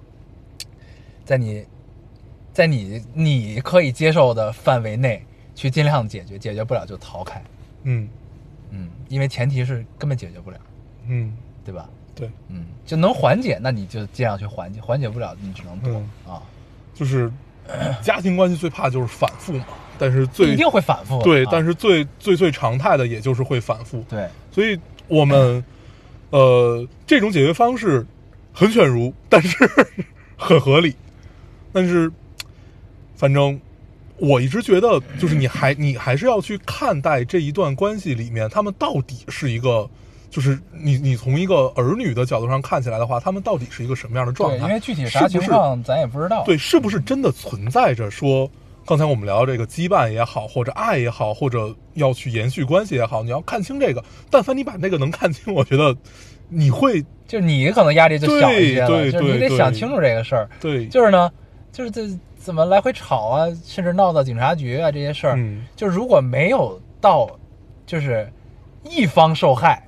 Speaker 1: 在你在你你可以接受的范围内去尽量解决，解决不了就逃开。
Speaker 2: 嗯
Speaker 1: 嗯，因为前提是根本解决不了，
Speaker 2: 嗯，
Speaker 1: 对吧？
Speaker 2: 对，
Speaker 1: 嗯，就能缓解，那你就尽量去缓解，缓解不了你只能躲、
Speaker 2: 嗯，
Speaker 1: 啊，
Speaker 2: 就是家庭关系最怕就是反复嘛，但是最
Speaker 1: 一定会反复的。
Speaker 2: 对，
Speaker 1: 啊
Speaker 2: 但是最最最常态的也就是会反复，
Speaker 1: 对，
Speaker 2: 所以我们呃这种解决方式很犬儒，但是很合理，但是反正我一直觉得，就是你还你还是要去看待这一段关系里面，他们到底是一个，就是你你从一个儿女的角度上看起来的话，他们到底是一个什么样的状
Speaker 1: 对，
Speaker 2: 态？
Speaker 1: 因为具体啥
Speaker 2: 是
Speaker 1: 情
Speaker 2: 不是
Speaker 1: 况咱也不知道。
Speaker 2: 对，是不是真的存在着说，刚才我们聊这个羁绊也好，或者爱也好，或者要去延续关系也好，你要看清这个。但凡你把那个能看清，我觉得 你会
Speaker 1: 就你可能压力就小一些了，
Speaker 2: 对对
Speaker 1: 就是你
Speaker 2: 对
Speaker 1: 得
Speaker 2: 对
Speaker 1: 想清楚这个事儿。
Speaker 2: 对，
Speaker 1: 就是呢，就是这怎么来回吵啊，甚至闹到警察局啊这些事儿，
Speaker 2: 嗯
Speaker 1: 就如果没有到，就是一方受害，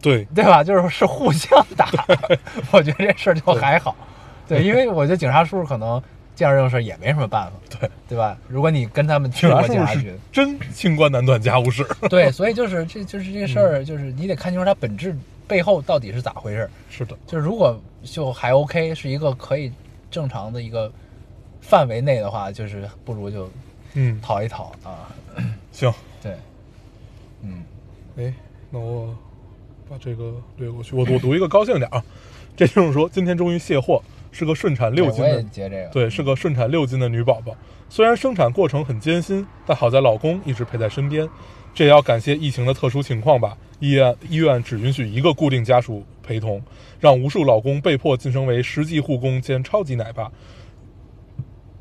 Speaker 2: 对
Speaker 1: 对吧？ 就是是互相打，我觉得这事儿就还好。对，因为我觉得警察叔叔可能见着这种事儿也没什么办法，对对吧？如果你跟他们去
Speaker 2: 警
Speaker 1: 过
Speaker 2: 察
Speaker 1: 警
Speaker 2: 叔
Speaker 1: 察
Speaker 2: 叔
Speaker 1: 局
Speaker 2: 是，真清官难断家务事，
Speaker 1: 对，所以就是这就是这
Speaker 2: 嗯
Speaker 1: 事儿，就是你得看清楚它本质背后到底是咋回事儿。
Speaker 2: 是的，
Speaker 1: 就是如果就还 OK，是一个可以正常的一个范围内的话，就是不如就
Speaker 2: 嗯，
Speaker 1: 讨一讨啊。
Speaker 2: 行，
Speaker 1: 对，嗯，
Speaker 2: 哎，那我把这个略过去，我我读一个高兴点啊。这就是说，今天终于卸货，是个顺产六
Speaker 1: 对
Speaker 2: 斤
Speaker 1: 我也
Speaker 2: 的
Speaker 1: 接这个。
Speaker 2: 对，是个顺产六斤的女宝宝。虽然生产过程很艰辛，但好在老公一直陪在身边。这也要感谢疫情的特殊情况吧，医院医院只允许一个固定家属陪同，让无数老公被迫晋升为实际护工兼超级奶爸。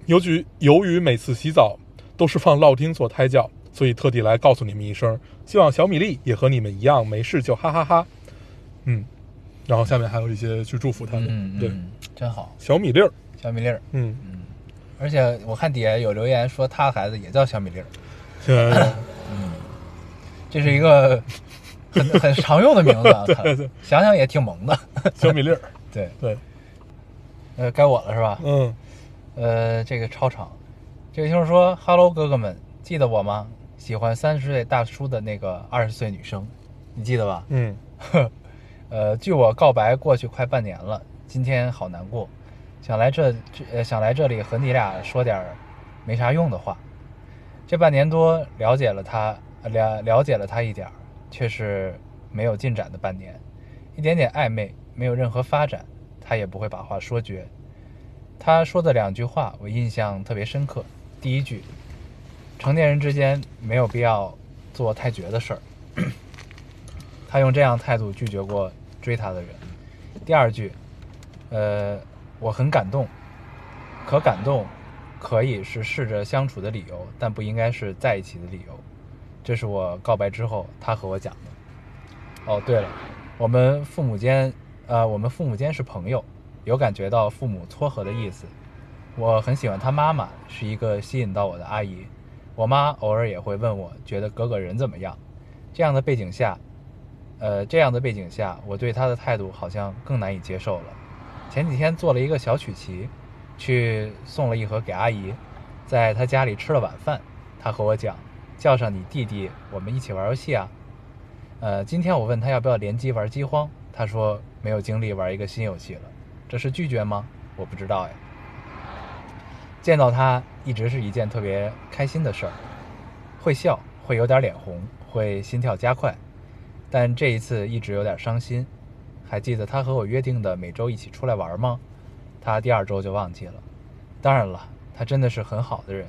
Speaker 2: 由于由于每次洗澡都是放烙丁做胎教，所以特地来告诉你们一声，希望小米粒也和你们一样没事就哈哈哈嗯，然后下面还有一些去祝福他们，
Speaker 1: 嗯，嗯
Speaker 2: 对，
Speaker 1: 嗯，真好，
Speaker 2: 小米粒儿，
Speaker 1: 小米粒儿。
Speaker 2: 嗯，
Speaker 1: 而且我看底下有留言说他孩子也叫小米粒儿，
Speaker 2: 现在。
Speaker 1: 这是一个 很很常用的名字啊。看想想也挺萌的。
Speaker 2: 小米粒 儿，
Speaker 1: 对，
Speaker 2: 对，
Speaker 1: 呃，该我了是吧？
Speaker 2: 嗯，
Speaker 1: 呃，这个超长，这个听众说哈喽，哥哥们，记得我吗？喜欢三十岁大叔的那个二十岁女生，你记得吧？
Speaker 2: 嗯，
Speaker 1: 呃，距我告白过去快半年了，今天好难过，想来这这呃想来这里和你俩说点儿没啥用的话。这半年多了解了他，呃了了解了他一点儿，却是没有进展的半年，一点点暧昧，没有任何发展，他也不会把话说绝。他说的两句话我印象特别深刻，第一句，成年人之间没有必要做太绝的事儿。他用这样态度拒绝过追他的人。第二句，呃，我很感动，可感动可以是试着相处的理由，但不应该是在一起的理由。这是我告白之后他和我讲的。哦，对了，我们父母间，呃，我们父母间是朋友，有感觉到父母撮合的意思。我很喜欢他妈妈，是一个吸引到我的阿姨。我妈偶尔也会问我，觉得哥哥人怎么样？这样的背景下，呃，这样的背景下，我对他的态度好像更难以接受了。前几天做了一个小曲奇，去送了一盒给阿姨，在她家里吃了晚饭。她和我讲，叫上你弟弟，我们一起玩游戏啊。呃，今天我问他要不要联机玩饥荒，他说没有精力玩一个新游戏了。这是拒绝吗？我不知道哎。见到他一直是一件特别开心的事儿，会笑，会有点脸红，会心跳加快，但这一次一直有点伤心。还记得他和我约定的每周一起出来玩吗？他第二周就忘记了。当然了，他真的是很好的人，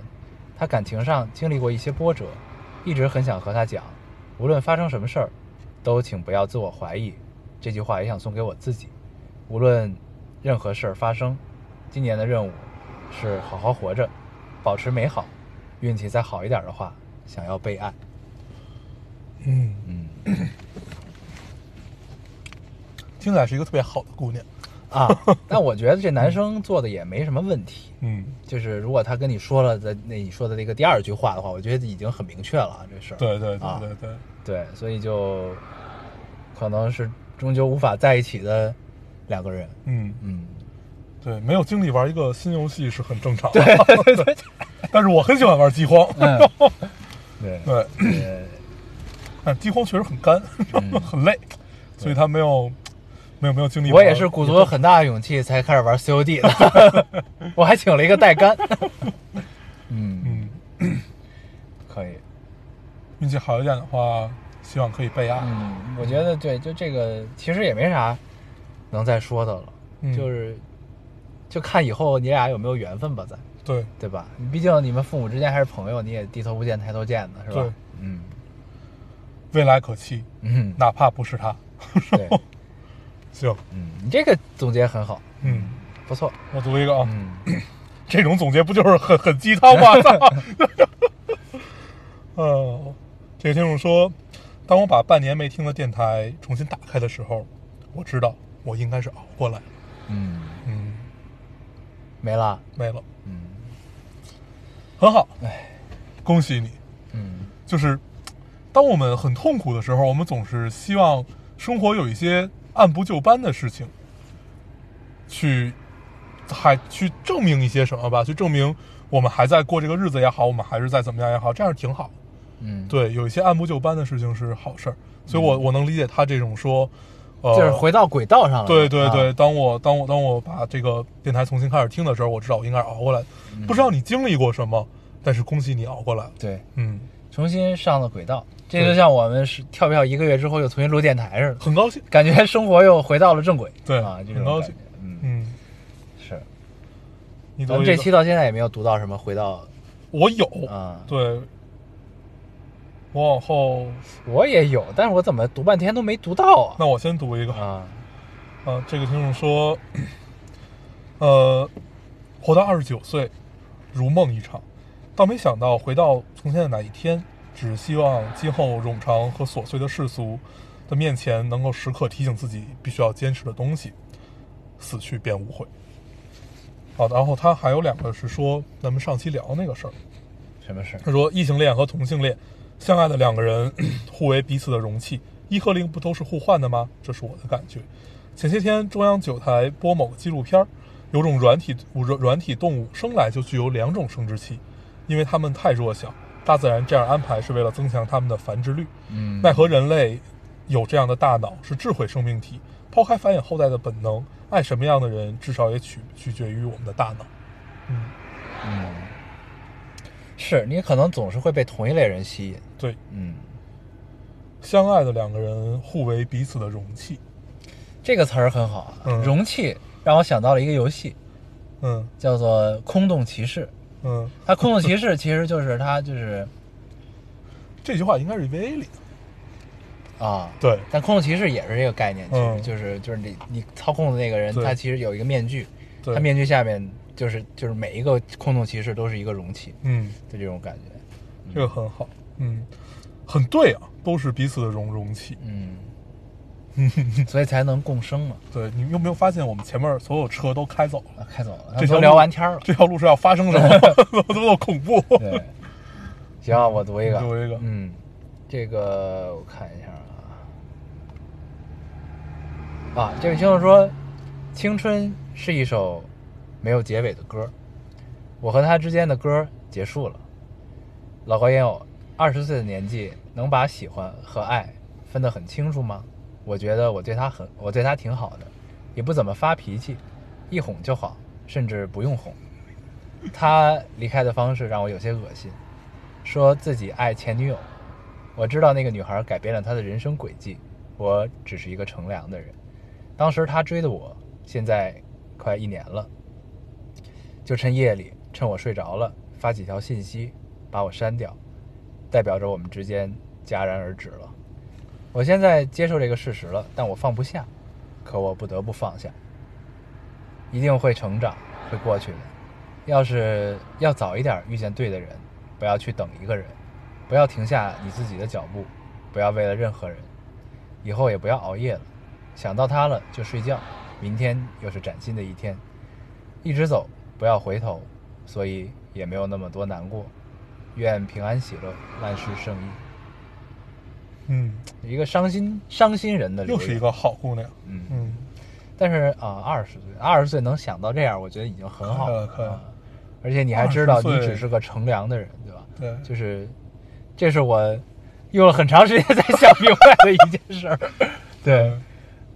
Speaker 1: 他感情上经历过一些波折，一直很想和他讲，无论发生什么事儿，都请不要自我怀疑。这句话也想送给我自己，无论任何事儿发生，今年的任务是好好活着，保持美好，运气再好一点的话，想要被爱。
Speaker 2: 嗯
Speaker 1: 嗯
Speaker 2: 听起来是一个特别好的姑娘，
Speaker 1: 啊， 但我觉得这男生做的也没什么问题。
Speaker 2: 嗯，
Speaker 1: 就是如果他跟你说了的那你说的那个第二句话的话，我觉得已经很明确了啊这事儿。
Speaker 2: 对对
Speaker 1: 啊
Speaker 2: 对对对，
Speaker 1: 对，所以就可能是终究无法在一起的两个人。
Speaker 2: 嗯，
Speaker 1: 嗯，
Speaker 2: 对，没有精力玩一个新游戏是很正常的， 对， 但是我很喜欢玩饥荒，
Speaker 1: 哎对，
Speaker 2: 对，
Speaker 1: 呃
Speaker 2: 但是饥荒确实很干， 很累，所以他没有没有没有精力玩。
Speaker 1: 我也是鼓足了很大的勇气才开始玩 COD 的，我还请了一个代干。嗯，
Speaker 2: 嗯，
Speaker 1: 可以。
Speaker 2: 运气好一点的话，希望可以被爱。
Speaker 1: 嗯，我觉得对，就这个其实也没啥能再说的了，
Speaker 2: 嗯
Speaker 1: 就是就看以后你俩有没有缘分吧，咱
Speaker 2: 嗯对
Speaker 1: 对吧？你毕竟你们父母之间还是朋友，你也低头不见抬头见的，是吧
Speaker 2: 对？
Speaker 1: 嗯
Speaker 2: 未来可期，
Speaker 1: 嗯，
Speaker 2: 哪怕不是他。
Speaker 1: 对，
Speaker 2: 行，
Speaker 1: 嗯，你这个总结很好，
Speaker 2: 嗯，
Speaker 1: 不错，
Speaker 2: 我读一个啊，
Speaker 1: 嗯，
Speaker 2: 这种总结不就是很很鸡汤吗？操！ 呃，这个听众说，当我把半年没听的电台重新打开的时候，我知道我应该是熬过来了。
Speaker 1: 嗯，
Speaker 2: 嗯，
Speaker 1: 没了，
Speaker 2: 没了，
Speaker 1: 嗯
Speaker 2: 很好，哎，恭喜你。
Speaker 1: 嗯
Speaker 2: 就是，当我们很痛苦的时候，我们总是希望生活有一些按部就班的事情，去还去证明一些什么吧，去证明我们还在过这个日子也好，我们还是在怎么样也好，这样挺好。
Speaker 1: 嗯，，
Speaker 2: 对，有一些按部就班的事情是好事儿，所以我我能理解他这种说，呃，
Speaker 1: 就是回到轨道上了，
Speaker 2: 对对对，
Speaker 1: 啊，
Speaker 2: 当我当我当我把这个电台重新开始听的时候，我知道我应该是熬过来的。
Speaker 1: 嗯
Speaker 2: 不知道你经历过什么，但是恭喜你熬过来了。
Speaker 1: 对，
Speaker 2: 嗯，
Speaker 1: 重新上了轨道，这
Speaker 2: 对
Speaker 1: 就像我们是跳票一个月之后又重新录电台似的，
Speaker 2: 很高兴。
Speaker 1: 感觉生活又回到了正轨，
Speaker 2: 对
Speaker 1: 啊，这
Speaker 2: 很
Speaker 1: 种
Speaker 2: 高
Speaker 1: 感
Speaker 2: 兴
Speaker 1: 觉，嗯，
Speaker 2: 嗯，
Speaker 1: 是，
Speaker 2: 你
Speaker 1: 咱
Speaker 2: 读
Speaker 1: 们
Speaker 2: 一
Speaker 1: 这
Speaker 2: 个
Speaker 1: 期到现在也没有读到什么回到
Speaker 2: 我有，
Speaker 1: 啊，
Speaker 2: 对，我往后，
Speaker 1: 我也有，但是我怎么读半天都没读到
Speaker 2: 那我先读一个
Speaker 1: 啊？啊，
Speaker 2: 啊，这个听众说，呃，活到二十九岁，如梦一场，倒没想到回到从前的哪一天，只希望今后冗长和琐碎的世俗的面前，能够时刻提醒自己必须要坚持的东西，死去便无悔。好、然后他还有两个是说咱们上期聊那个事儿，
Speaker 1: 什么事儿？
Speaker 2: 他说，异性恋和同性恋相爱的两个人 互为彼此的容器，一和零不都是互换的吗？这是我的感觉。前些天中央九台播某个纪录片儿，有种软体软软体动物生来就具有两种生殖器，因为它们太弱小，大自然这样安排是为了增强它们的繁殖率。
Speaker 1: 嗯，
Speaker 2: 奈何人类有这样的大脑，是智慧生命体，抛开繁衍后代的本能，爱什么样的人，至少也取取决于我们的大脑。嗯，
Speaker 1: 嗯，是你可能总是会被同一类人吸引，
Speaker 2: 对，
Speaker 1: 嗯，
Speaker 2: 相爱的两个人互为彼此的容器。
Speaker 1: 这个词儿很好啊，
Speaker 2: 嗯
Speaker 1: 容器让我想到了一个游戏，
Speaker 2: 嗯
Speaker 1: 叫做《空洞骑士》。
Speaker 2: 嗯，
Speaker 1: 它《空洞骑士》 其实就是它就是
Speaker 2: 这句话应该是 EVA 里的。
Speaker 1: 啊，
Speaker 2: 对
Speaker 1: 但《空洞骑士》也是这个概念，其实
Speaker 2: 嗯
Speaker 1: 就是就是你你操控的那个人，
Speaker 2: 对
Speaker 1: 他其实有一个面具，
Speaker 2: 对，
Speaker 1: 他面具下面就是就是每一个空洞骑士都是一个容器，
Speaker 2: 嗯，
Speaker 1: 就这种感觉。
Speaker 2: 这个很好，嗯，很对啊，都是彼此的容容器。
Speaker 1: 嗯， 所以才能共生嘛。
Speaker 2: 对你有没有发现我们前面所有车都开走
Speaker 1: 啊，
Speaker 2: 了？
Speaker 1: 开走了，
Speaker 2: 这
Speaker 1: 这都
Speaker 2: 条路
Speaker 1: 聊完天儿 了。
Speaker 2: 这条路是要发生什么？ 怎么那么恐怖？
Speaker 1: 对，行啊，我读一个，
Speaker 2: 你读一个
Speaker 1: 嗯，这个我看一下啊，啊，这位听众说，青春是一首没有结尾的歌，我和他之间的歌结束了。老高烟友，二十岁的年纪能把喜欢和爱分得很清楚吗？我觉得我对他很，我对他挺好的，也不怎么发脾气，一哄就好，甚至不用哄。他离开的方式让我有些恶心，说自己爱前女友。我知道那个女孩改变了他的人生轨迹，我只是一个乘凉的人。当时他追的我，现在快一年了。就趁夜里，趁我睡着了，发几条信息，把我删掉，代表着我们之间戛然而止了。我现在接受这个事实了，但我放不下，可我不得不放下。一定会成长，会过去的。要是要早一点遇见对的人，不要去等一个人，不要停下你自己的脚步，不要为了任何人，以后也不要熬夜了，想到他了就睡觉，明天又是崭新的一天，一直走，不要回头，所以也没有那么多难过。愿平安喜乐，万事胜意。
Speaker 2: 嗯，
Speaker 1: 一个伤心伤心人的留
Speaker 2: 又
Speaker 1: 言
Speaker 2: 是一，个好姑娘。
Speaker 1: 嗯，
Speaker 2: 嗯，
Speaker 1: 但是啊，二十岁，二十岁能想到这样，我觉得已经很好了。
Speaker 2: 可以了可以了
Speaker 1: 啊而且你还知道
Speaker 2: 20
Speaker 1: 你
Speaker 2: 岁
Speaker 1: 只是个乘凉的人，对吧？
Speaker 2: 对，
Speaker 1: 就是，这是我用了很长时间才想明白的一件事 儿。对，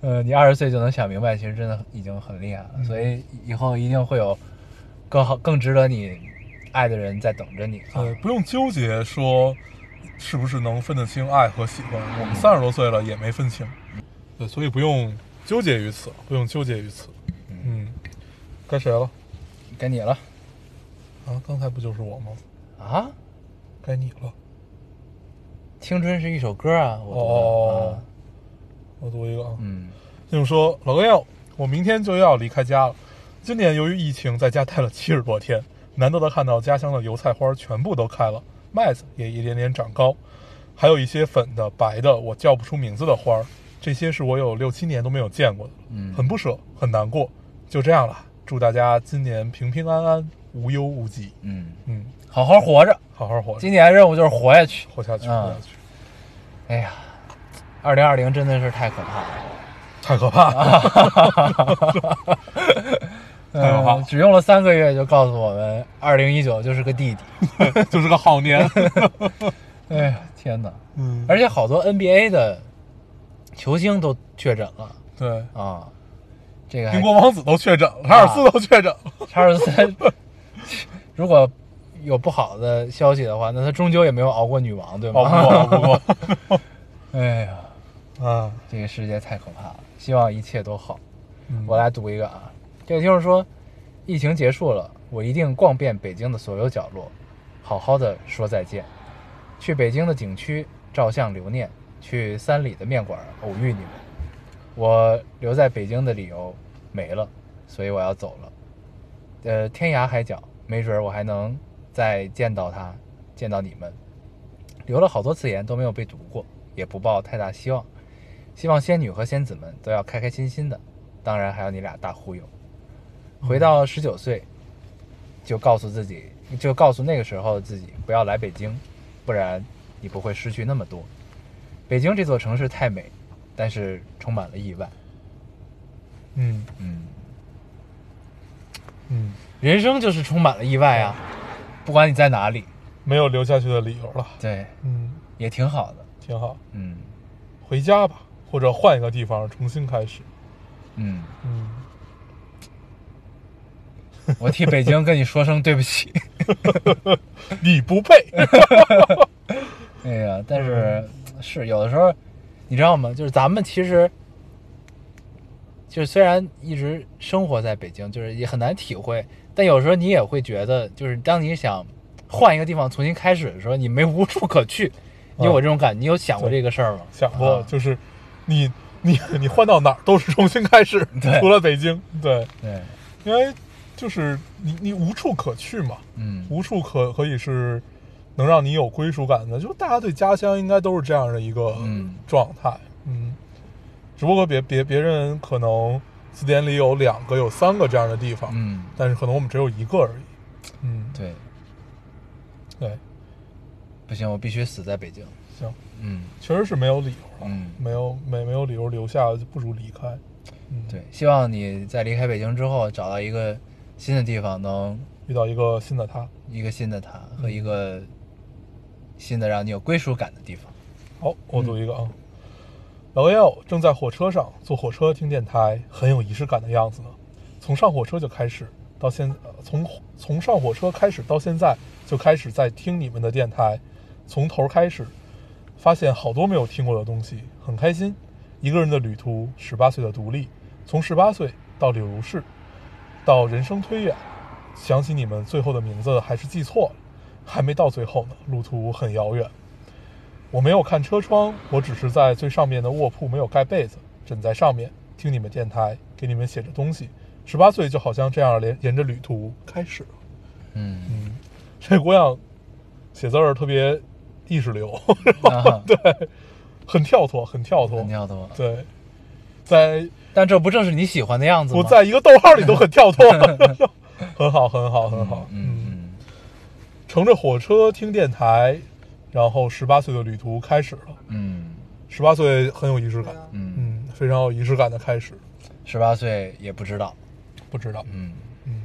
Speaker 2: 嗯
Speaker 1: 呃，你二十岁就能想明白，其实真的已经很厉害了。
Speaker 2: 嗯
Speaker 1: 所以以后一定会有更好、更值得你爱的人在等着你啊。
Speaker 2: 呃对，不用纠结说是不是能分得清爱和喜欢。我们三十多岁了也没分清，对，所以不用纠结于嗯此，不用纠结于此。嗯，该谁了？
Speaker 1: 该你了，
Speaker 2: 啊，刚才不就是我吗？
Speaker 1: 啊，
Speaker 2: 该你了。
Speaker 1: 青春是一首歌啊，我读的
Speaker 2: 哦
Speaker 1: 啊，
Speaker 2: 我读一个啊，
Speaker 1: 嗯，
Speaker 2: 信勇说：“老哥要，我明天就要离开家了。今年由于疫情，在家待了七十多天，难得的看到家乡的油菜花全部都开了，麦子也一点点长高，还有一些粉的、白的，我叫不出名字的花儿。这些是我有六七年都没有见过的，
Speaker 1: 嗯
Speaker 2: 很不舍，很难过。就这样了，祝大家今年平平安安，无忧无忌。
Speaker 1: 嗯，
Speaker 2: 嗯，
Speaker 1: 好好活着，
Speaker 2: 好好活着
Speaker 1: 今，年任务就是活下去。
Speaker 2: 活下去，
Speaker 1: 嗯
Speaker 2: 活下去，
Speaker 1: 哎呀，二零二零真的是太可怕了，
Speaker 2: 太可 怕了。太可怕了
Speaker 1: 嗯只用了三个月就告诉我们，二零一九就是个弟弟。
Speaker 2: 就是个 好年。
Speaker 1: 哎呀，天哪！
Speaker 2: 嗯，
Speaker 1: 而且好多 NBA 的球星都确诊了
Speaker 2: 对，
Speaker 1: 啊，这个还
Speaker 2: 英国王子都确诊了，查尔斯都确诊了。
Speaker 1: 查尔斯， 如果有不好的消息的话，那他终究也没有熬过女王，对
Speaker 2: 熬
Speaker 1: 吗？
Speaker 2: 不过，哦熬不过。
Speaker 1: 哎呀，
Speaker 2: 啊，
Speaker 1: 这个世界太可怕了，希望一切都好。
Speaker 2: 嗯
Speaker 1: 我来读一个啊，这个听众说，疫情结束了，我一定逛遍北京的所有角落，好好的说再见。去北京的景区照相留念，去三里的面馆偶遇你们。我留在北京的理由没了，所以我要走了。呃，天涯海角，没准儿我还能再见到他，见到你们。留了好多次言都没有被读过，也不抱太大希望。希望仙女和仙子们都要开开心心的，当然还有你俩大忽悠。回到十九岁，就告诉自己，就告诉那个时候的自己，不要来北京，不然你不会失去那么多。北京这座城市太美，但是充满了意外。
Speaker 2: 嗯
Speaker 1: 嗯，
Speaker 2: 嗯，
Speaker 1: 人生就是充满了意外啊，不管你在哪里，
Speaker 2: 没有留下去的理由了。
Speaker 1: 对，
Speaker 2: 嗯，
Speaker 1: 也挺好的。
Speaker 2: 挺好，
Speaker 1: 嗯
Speaker 2: 回家吧，或者换一个地方重新开始。
Speaker 1: 嗯，
Speaker 2: 嗯，
Speaker 1: 我替北京跟你说声对不起。
Speaker 2: 你不配。
Speaker 1: 哎
Speaker 2: 嗯
Speaker 1: 呀，但是是有的时候，你知道吗？就是咱们其实，就是虽然一直生活在北京，就是也很难体会，但有时候你也会觉得，就是当你想换一个地方重新开始的时候，你没无处可去。你有
Speaker 2: 啊
Speaker 1: 这种感觉？你有想过这个事儿吗？
Speaker 2: 想过
Speaker 1: 啊
Speaker 2: 就是你你你换到哪儿都是重新开始
Speaker 1: 对，
Speaker 2: 除了北京。对，
Speaker 1: 对，
Speaker 2: 因为就是你你无处可去嘛，
Speaker 1: 嗯，
Speaker 2: 无处可可以是能让你有归属感的，就是大家对家乡应该都是这样的一个
Speaker 1: 嗯
Speaker 2: 状态，嗯，只不过别别别人可能字典里有两个、有三个这样的地方，
Speaker 1: 嗯，
Speaker 2: 但是可能我们只有一个而已，嗯，
Speaker 1: 对，
Speaker 2: 对，
Speaker 1: 不行，我必须死在北京。
Speaker 2: 行，
Speaker 1: 嗯，
Speaker 2: 确实是没有理由了，
Speaker 1: 嗯
Speaker 2: 没有没没有理由留下，就不如离开，嗯，
Speaker 1: 对，，希望你在离开北京之后，找到一个新的地方，能
Speaker 2: 遇到一个新的他，
Speaker 1: 一个新的他和
Speaker 2: 嗯
Speaker 1: 一个新的让你有归属感的地方。
Speaker 2: 好，我读一个啊。老幺正在火车上坐火车听电台，很有仪式感的样子呢。从上火车就开始，到现呃从从上火车开始到现在就开始在听你们的电台，从头开始，发现好多没有听过的东西，很开心。一个人的旅途，十八岁的独立，从十八岁到柳如是，到人生推远，想起你们最后的名字还是记错了，还没到最后呢，路途很遥远。我没有看车窗，我只是在最上面的卧铺没有盖被子，枕在上面听你们电台，给你们写着东西。十八岁就好像这样连沿着旅途开始了。
Speaker 1: 嗯，
Speaker 2: 嗯，这姑娘写字儿特别意识流，
Speaker 1: 啊，
Speaker 2: 很跳脱，很跳脱
Speaker 1: 很。跳脱。
Speaker 2: 对，在
Speaker 1: 但这不正是你喜欢的样子吗？
Speaker 2: 我在一个逗号里都很 跳脱， 很好，很好，很好。
Speaker 1: 嗯嗯
Speaker 2: 乘着火车听电台，然后十八岁的旅途开始了。
Speaker 1: 嗯
Speaker 2: 十八岁很有仪式感，
Speaker 1: 嗯，
Speaker 2: 嗯，非常有仪式感的开始。
Speaker 1: 十八岁也不知道。
Speaker 2: 不知道，
Speaker 1: 嗯，
Speaker 2: 嗯，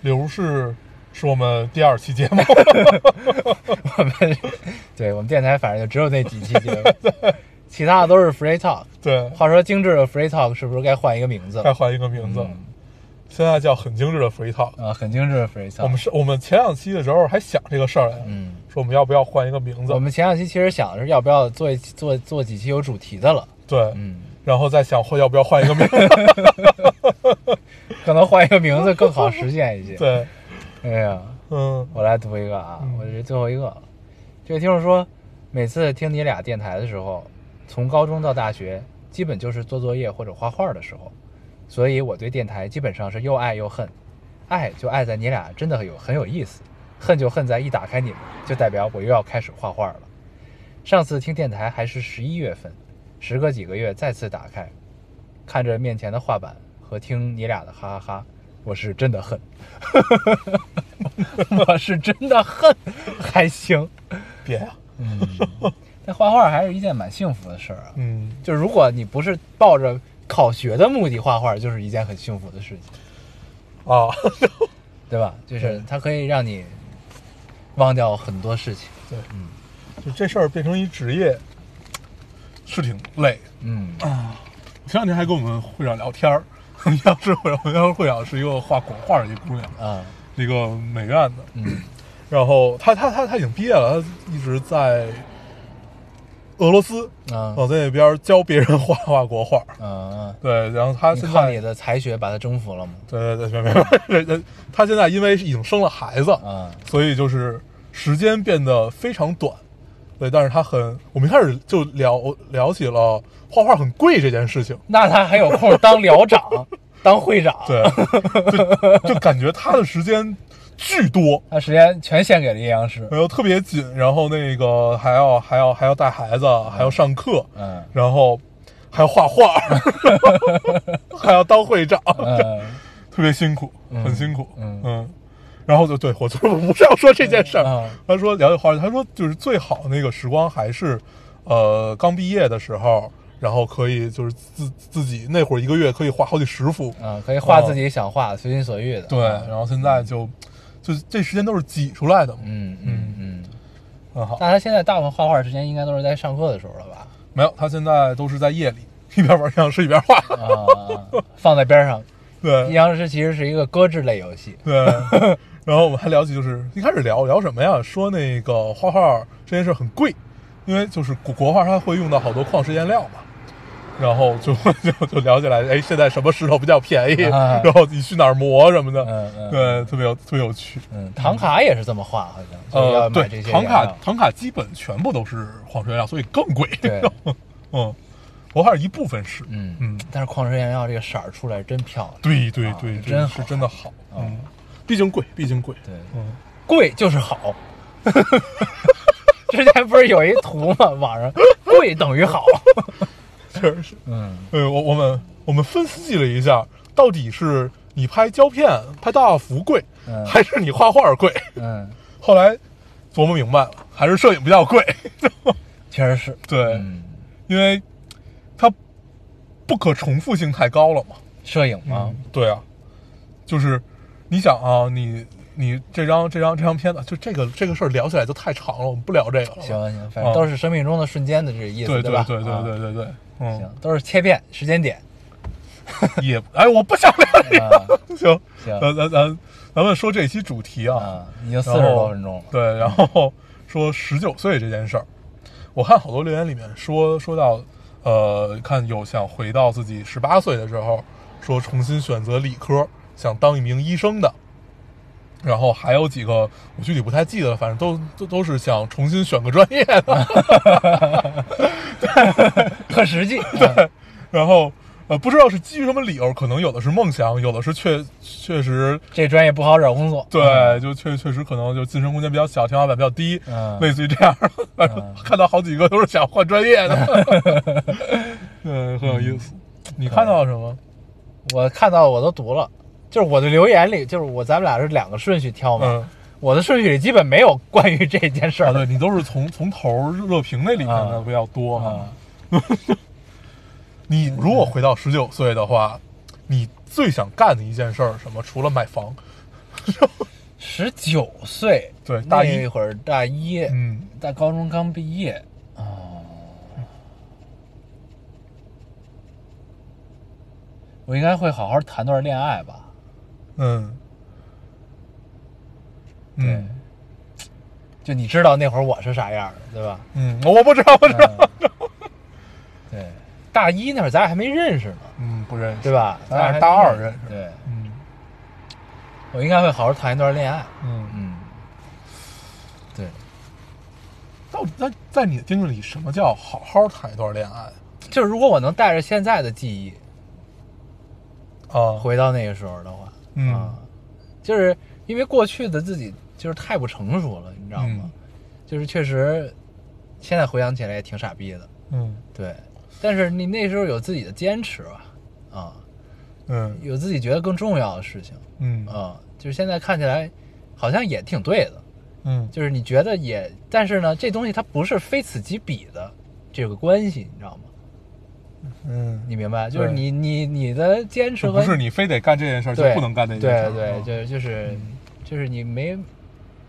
Speaker 2: 柳氏是我们第二期节 目，
Speaker 1: 我们 对我们电台反正就只有那几期节 目，其他的都是 free talk。
Speaker 2: 对，
Speaker 1: 话说精致的 free talk 是不是该换一个名字
Speaker 2: 再
Speaker 1: 了？
Speaker 2: 换一个名字，
Speaker 1: 嗯
Speaker 2: 现在叫很精致的 free talk。
Speaker 1: 啊，很精致的 free talk。
Speaker 2: 我们是我们前两期的时候还想这个事儿来着，
Speaker 1: 嗯，
Speaker 2: 说我们要不要换一个名字
Speaker 1: 我，们前两期其实想的是要不要做一期做做几期有主题的了。
Speaker 2: 对，
Speaker 1: 嗯，
Speaker 2: 然后再想会要不要换一个名字，
Speaker 1: 可能换一个名字更好实现一些。
Speaker 2: 对，
Speaker 1: 哎呀，
Speaker 2: 嗯
Speaker 1: 我来读一个啊，
Speaker 2: 嗯
Speaker 1: 我这是最后一个了。这个听众说，每次听你俩电台的时候，从高中到大学，基本就是做作业或者画画的时候，所以我对电台基本上是又爱又恨。爱就爱在你俩真的有很有意思，恨就恨在一打开你们，就代表我又要开始画画了。上次听电台还是十一月份，时隔几个月再次打开，看着面前的画板和听你俩的哈哈哈，我是真的恨。 我是真的恨，还行。嗯
Speaker 2: 别啊呀，
Speaker 1: 但画画还是一件蛮幸福的事儿啊。
Speaker 2: 嗯，
Speaker 1: 就如果你不是抱着考学的目的画画，就是一件很幸福的事情，
Speaker 2: 啊，
Speaker 1: 对吧？就是它可以让你忘掉很多事情。
Speaker 2: 就这事儿变成一职业，是挺累。
Speaker 1: 嗯，
Speaker 2: 啊前两天还跟我们会长聊天儿， 央视会长，央视会长是一个画国画的一姑娘，
Speaker 1: 啊，
Speaker 2: 一个美院的，
Speaker 1: 嗯，
Speaker 2: 然后她她她她已经毕业了，她一直在俄罗斯，
Speaker 1: 啊，
Speaker 2: 我在那边教别人画画国画。
Speaker 1: 啊，
Speaker 2: 对，然后她
Speaker 1: 你
Speaker 2: 现
Speaker 1: 靠你
Speaker 2: 在
Speaker 1: 的才学把它征服了吗？
Speaker 2: 对对对，没没没没，她现在因为已经生了孩子，
Speaker 1: 啊，
Speaker 2: 所以就是时间变得非常短。对，但是她很，我们一开始就聊聊起了画画很贵这件事情。
Speaker 1: 那他还有空当寮长、当会长？，
Speaker 2: 对，就就感觉他的时间巨多，
Speaker 1: 他时间全献给了阴阳师。
Speaker 2: 然后特别紧，然后那个还要还要还要带孩子，还要上课，
Speaker 1: 嗯
Speaker 2: 然后还要画画， 还要当会长，
Speaker 1: 嗯
Speaker 2: 特别辛苦，
Speaker 1: 嗯
Speaker 2: 很辛苦，
Speaker 1: 嗯
Speaker 2: 然后就对我就是不是要说这件事儿，
Speaker 1: 嗯
Speaker 2: 他说了解画，他说就是最好那个时光还是，呃，刚毕业的时候，然后可以就是自自己那会儿一个月可以画好几十幅，
Speaker 1: 啊，可以画自己想画、随心所欲的。
Speaker 2: 哦
Speaker 1: 啊
Speaker 2: 对，然后现在就就这时间都是挤出来的嘛，
Speaker 1: 嗯嗯嗯。
Speaker 2: 很好。
Speaker 1: 那他现在大部分画画时间应该都是在上课的时候了吧？
Speaker 2: 没有，他现在都是在夜里 一边玩阴阳师一边画，
Speaker 1: 啊，放在边上。阴
Speaker 2: 对
Speaker 1: 阳师其实是一个搁置类游戏。
Speaker 2: 对。 然后我们还聊起，就是一开始聊聊什么呀？说那个画画这件事很贵，因为就是国国画它会用到好多矿石颜料嘛。然后就就就聊起来，哎，现在什么石头比较便宜？
Speaker 1: 啊
Speaker 2: 然后你去哪儿磨什么的？
Speaker 1: 嗯嗯
Speaker 2: 对，特别有特别有趣。
Speaker 1: 嗯，唐卡也是这么画，好像就是要
Speaker 2: 呃，
Speaker 1: 买
Speaker 2: 对
Speaker 1: 这，些
Speaker 2: 唐
Speaker 1: 原
Speaker 2: 卡
Speaker 1: 料
Speaker 2: 唐卡基本全部都是矿石颜料，所以更贵。
Speaker 1: 对，
Speaker 2: 嗯，国画一部分是，
Speaker 1: 嗯
Speaker 2: 嗯，
Speaker 1: 但是矿石颜料这个色儿出来真漂亮。
Speaker 2: 对对
Speaker 1: 啊
Speaker 2: 对，
Speaker 1: 真
Speaker 2: 是
Speaker 1: 好
Speaker 2: 真的好，
Speaker 1: 啊
Speaker 2: 嗯，毕竟贵，毕竟贵，
Speaker 1: 对，
Speaker 2: 嗯，
Speaker 1: 贵就是好。 之前不是有一图吗？网 上贵等于好。
Speaker 2: 确实是。
Speaker 1: 嗯
Speaker 2: 呃，我我们我们分析了一下，到底是你拍胶片、拍大画幅贵，
Speaker 1: 嗯
Speaker 2: 还是你画画贵？
Speaker 1: 嗯，
Speaker 2: 后来琢磨明白了，还是摄影比较贵。
Speaker 1: 确实是。
Speaker 2: 对，
Speaker 1: 嗯，
Speaker 2: 因为它不可重复性太高了嘛。
Speaker 1: 摄影嘛，
Speaker 2: 对啊，就是你想啊，你你这张这张这张片子，就这个这个事儿聊起来就太长了，我们不聊这个了。
Speaker 1: 行行，反正都是生命中的瞬间的这个意思，
Speaker 2: 哦对
Speaker 1: 吧？
Speaker 2: 对对
Speaker 1: 啊
Speaker 2: 对对对，嗯，
Speaker 1: 行，都是切片时间点。
Speaker 2: 也哎，我不想聊这
Speaker 1: 啊
Speaker 2: 个，行
Speaker 1: 行
Speaker 2: 咱咱咱咱们说这期主题啊，
Speaker 1: 啊，已经四
Speaker 2: 然后
Speaker 1: 十多分钟了。
Speaker 2: 对，然后说十九岁这件事儿，我看好多留言里面说说到，呃，看有想回到自己十八岁的时候，说重新选择理科，想当一名医生的。然后还有几个我具体不太记得了，反正都都都是想重新选个专业 的，
Speaker 1: 很实际。嗯对，
Speaker 2: 然后呃，不知道是基于什么理由，可能有的是梦想，有的是确确实
Speaker 1: 这专业不好找工作。
Speaker 2: 对，就确确实可能就晋升空间比较小，天花板比较低，
Speaker 1: 嗯
Speaker 2: 类似于这样的。反正看到好几个都是想换专业 的，嗯，很有意思。你看到了什么？
Speaker 1: 我看到我都读了，就是我的留言里，就是我咱们俩是两个顺序挑嘛，
Speaker 2: 嗯，
Speaker 1: 我的顺序里基本没有 关于这件事
Speaker 2: 啊，
Speaker 1: 儿的。
Speaker 2: 对你都是从从头热评那里看的比较多哈
Speaker 1: 啊。
Speaker 2: 你如果回到十九岁的话，你最想干的一件事儿是什么？除了买房，
Speaker 1: 十九岁，
Speaker 2: 对大一
Speaker 1: 那会儿大一，
Speaker 2: 嗯，
Speaker 1: 大高中刚毕业啊。嗯我应该会好好谈段恋爱吧，
Speaker 2: 嗯，嗯
Speaker 1: 就你知道那会儿我是啥样的，对吧？
Speaker 2: 嗯，我不知道，不知道，
Speaker 1: 嗯、 对，大一那会儿咱俩还没认识呢，
Speaker 2: 嗯，不认识，
Speaker 1: 对？吧？
Speaker 2: 咱俩是
Speaker 1: 还
Speaker 2: 大二认识
Speaker 1: 对，
Speaker 2: 嗯
Speaker 1: 我应该会好好谈一段恋爱。
Speaker 2: 嗯
Speaker 1: 嗯，
Speaker 2: 到底在在你的定义里，什么叫好好谈一段恋爱
Speaker 1: 就是如果我能带着现在的记忆
Speaker 2: 啊？
Speaker 1: 回到那个时候的话，
Speaker 2: 嗯
Speaker 1: 啊，就是因为过去的自己就是太不成熟了，你知道吗？
Speaker 2: 嗯
Speaker 1: 就是确实，现在回想起来也挺傻逼的，
Speaker 2: 嗯
Speaker 1: 对。但是你那时候有自己的坚持吧，啊，
Speaker 2: 嗯
Speaker 1: 有自己觉得更重要的事情，
Speaker 2: 嗯
Speaker 1: 啊，就是现在看起来好像也挺对的，
Speaker 2: 嗯
Speaker 1: 就是你觉得也，但是呢，这东西它不是非此即彼的这个关系，你知道吗？
Speaker 2: 嗯，
Speaker 1: 你明白？就是
Speaker 2: 对
Speaker 1: 你你你的坚持
Speaker 2: 就
Speaker 1: 和
Speaker 2: 不是你非得干这件事儿就
Speaker 1: 对
Speaker 2: 不能干那件事儿，
Speaker 1: 对对，
Speaker 2: 嗯
Speaker 1: 对，就是就是你没，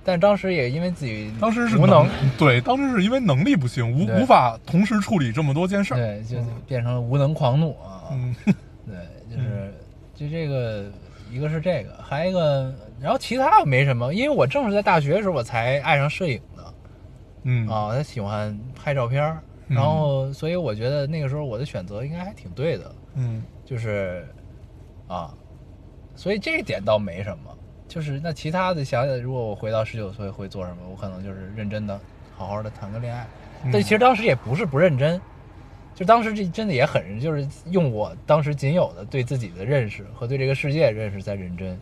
Speaker 1: 但当时也因为自己
Speaker 2: 当时是
Speaker 1: 无能，，
Speaker 2: 对，当时是因为能力不行，无
Speaker 1: 对
Speaker 2: 无法同时处理这么多件事儿。
Speaker 1: 对，就变成了无能狂怒啊。
Speaker 2: 嗯，
Speaker 1: 对，就是就这个，一个是这个，还一个，然后其他没什么，因为我正是在大学的时候我才爱上摄影的
Speaker 2: 嗯
Speaker 1: 啊，他喜欢拍照片儿，然后所以我觉得那个时候我的选择应该还挺对的，
Speaker 2: 嗯
Speaker 1: 就是啊，所以这一点倒没什么。就是那其他的想想，如果我回到十九岁会做什么，我可能就是认真的、好好的谈个恋爱。
Speaker 2: 嗯
Speaker 1: 但其实当时也不是不认真，就当时这真的也很认，就是用我当时仅有的对自己的认识和对这个世界的认识在认真。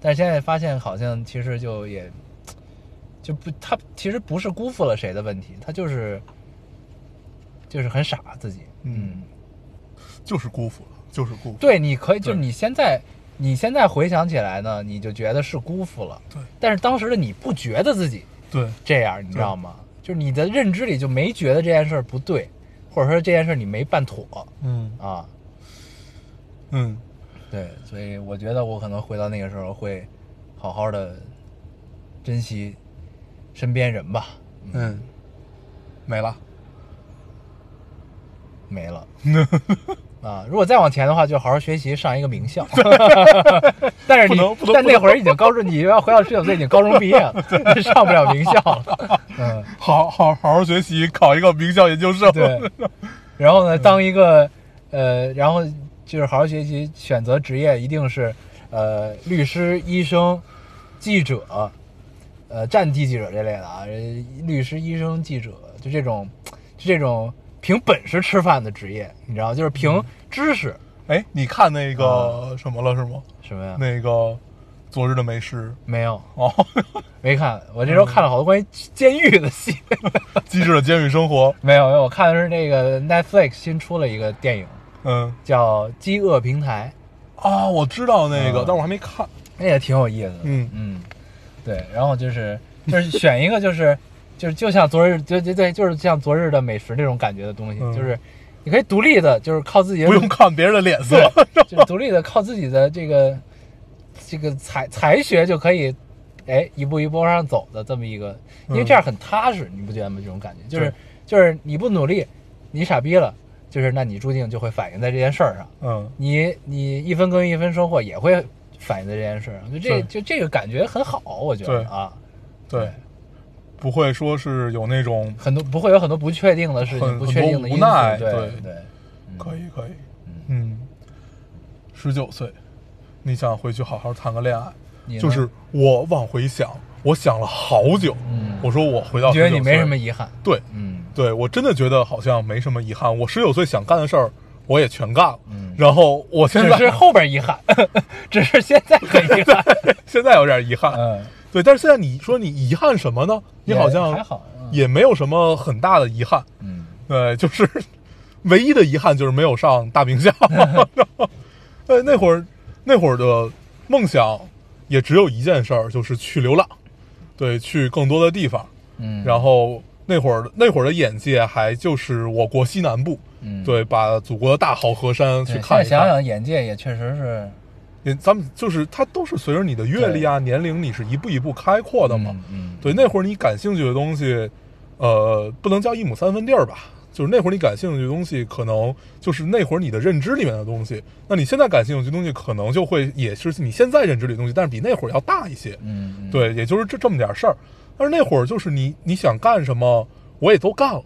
Speaker 1: 但是现在发现，好像其实就也就不，他其实不是辜负了谁的问题，他就是就是很傻自己，
Speaker 2: 嗯
Speaker 1: 嗯
Speaker 2: 就是辜负了，就是辜负。
Speaker 1: 对，你可以，就是
Speaker 2: 对
Speaker 1: 你现在，你现在回想起来呢，你就觉得是辜负了。
Speaker 2: 对
Speaker 1: 但是当时的你不觉得自己
Speaker 2: 对，
Speaker 1: 这样，你知道吗？就是你的认知里就没觉得这件事儿不对，或者说这件事儿你没办妥
Speaker 2: 嗯
Speaker 1: 啊。
Speaker 2: 嗯，
Speaker 1: 对，所以我觉得我可能回到那个时候会好好的珍惜身边人吧。
Speaker 2: 嗯，没了。
Speaker 1: 没了 啊！如果再往前的话，就好好学习，上一个名校。 但是你
Speaker 2: 不能不能
Speaker 1: 但那会儿已经高中，你要回到十九岁已经高中毕业 了，上不了名校了。嗯，
Speaker 2: 好好好好学习，考一个名校研究生。
Speaker 1: 对。然后呢，当一个呃，然后就是好好学习，选择职业一定是呃，律师、医生、记者，呃，战地记者这类的啊，呃律师、医生、记者，就这种，就这种凭本事吃饭的职业，你知道吗，就是
Speaker 2: 嗯
Speaker 1: 凭知识。
Speaker 2: 哎，你看那
Speaker 1: 啊
Speaker 2: 个什么了是吗？
Speaker 1: 什么呀？
Speaker 2: 那个《昨日的美食
Speaker 1: 没有，》
Speaker 2: 哦，
Speaker 1: 没看。我这周
Speaker 2: 嗯
Speaker 1: 看了好多关于监狱的戏。
Speaker 2: 《机智的监狱生活》。
Speaker 1: 没有，没有，我看的是那个 Netflix 新出了一个电影
Speaker 2: 嗯
Speaker 1: 叫《饥饿平台
Speaker 2: 啊，我知道那个，
Speaker 1: 嗯
Speaker 2: 但我还没看。》，
Speaker 1: 那也挺有意思的。
Speaker 2: 嗯
Speaker 1: 嗯，对。然后就是就是选一个就是 就是就像昨日就就对，就是像昨日的美食这种感觉的东西，
Speaker 2: 嗯
Speaker 1: 就是你可以独立的，就是靠自己的
Speaker 2: 不用看别人的脸色
Speaker 1: 对， 就是独立的靠自己的这个这个才才学就可以，哎，一步一步往上走的这么一个，因为
Speaker 2: 嗯
Speaker 1: 这样很踏实，你不觉得吗？这种感觉就是
Speaker 2: 对
Speaker 1: 就是你不努力，你傻逼了，就是那你注定就会反映在这件事儿上，
Speaker 2: 嗯，
Speaker 1: 你你一分耕耘一分收获也会反映在这件事儿上，就这
Speaker 2: 对
Speaker 1: 就这个感觉很好，我觉
Speaker 2: 对
Speaker 1: 得啊，
Speaker 2: 对，不会说是有那种
Speaker 1: 很多不会有很多不确定的事情，
Speaker 2: 很
Speaker 1: 不确定的因
Speaker 2: 很
Speaker 1: 素，
Speaker 2: 多无奈
Speaker 1: 对
Speaker 2: 对
Speaker 1: 对，嗯
Speaker 2: 可以可以，嗯，十九岁，你想回去好好谈个恋爱，
Speaker 1: 你呢
Speaker 2: 就是我往回想，我想了好久，
Speaker 1: 嗯
Speaker 2: 我说我回到
Speaker 1: 觉得
Speaker 2: 19
Speaker 1: 你没
Speaker 2: 岁
Speaker 1: 什么遗憾，
Speaker 2: 对
Speaker 1: 嗯。
Speaker 2: 对，我真的觉得好像没什么遗憾，我十九岁想干的事儿我也全干了，
Speaker 1: 嗯
Speaker 2: 然后我现
Speaker 1: 只
Speaker 2: 在
Speaker 1: 是后边遗憾， 只是现在很遗憾。
Speaker 2: 现在有点遗 憾，
Speaker 1: 嗯，
Speaker 2: 对，但是现在你说你遗憾什么呢？你
Speaker 1: 也
Speaker 2: 好像
Speaker 1: 还好嗯
Speaker 2: 也没有什么很大的遗憾，
Speaker 1: 嗯，
Speaker 2: 对， 就是唯一的遗憾就是没有上 大名校。 呃，那会儿那会儿的梦想也只有一件事儿，就是去流浪，对，去更多的地方。
Speaker 1: 嗯
Speaker 2: 然后那会儿那会儿的眼界还就是我国西南部，
Speaker 1: 嗯
Speaker 2: 对，把祖国的大好河山去
Speaker 1: 对
Speaker 2: 看一
Speaker 1: 现在想
Speaker 2: 看。
Speaker 1: 想，眼界也确实是
Speaker 2: 也咱们就是它都是随着你的阅历啊、年龄，你是一步一步开阔的嘛。
Speaker 1: 嗯，嗯
Speaker 2: 对，那会儿你感兴趣的东西，呃，不能叫一亩三分地儿吧，就是那会儿你感兴趣的东西，可能就是那会儿你的认知里面的东西。那你现在感兴趣的东西，可能就会也是你现在认知里的东西，但是比那会儿要大一些。
Speaker 1: 嗯，嗯，
Speaker 2: 对，也就是这这么点事儿。但是那会儿就是你你想干什么，我也都干了。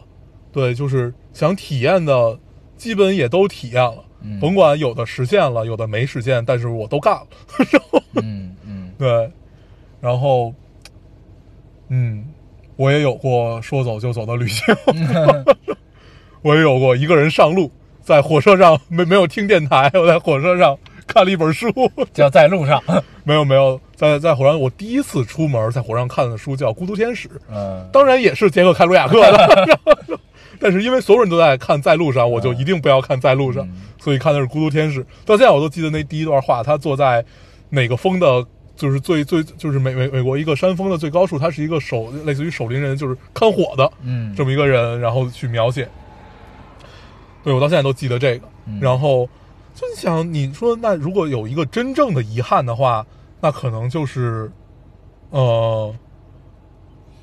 Speaker 2: 对，就是想体验的，基本也都体验了。
Speaker 1: 嗯
Speaker 2: 甭管有的实现了，有的没实现，但是我都干了。
Speaker 1: 嗯嗯
Speaker 2: 对，然后，嗯，我也有过说走就走的 旅行，我也有过一个人上路，在火车上没没有听电台，我在火车上看了一本书，
Speaker 1: 就要在路上，
Speaker 2: 没有没有，在在火车上我第一次出门，在火车上看的书叫《孤独天使》，
Speaker 1: 嗯，
Speaker 2: 当然也是杰克·凯鲁亚克的。 然后但是因为所有人都在看《在路上》，我就一定不要看《在路上》所以看的是《孤独天使》。到现在我都记得那第一段话，他坐在哪个峰的，就是最最就是美美美国一个山峰的最高处，他是一个守类似于守林人，就是看火的，
Speaker 1: 嗯
Speaker 2: 这么一个人，然后去描写。对我到现在都记得这个，然后就想你说，那如果有一个真正的遗憾的话，那可能就是，呃，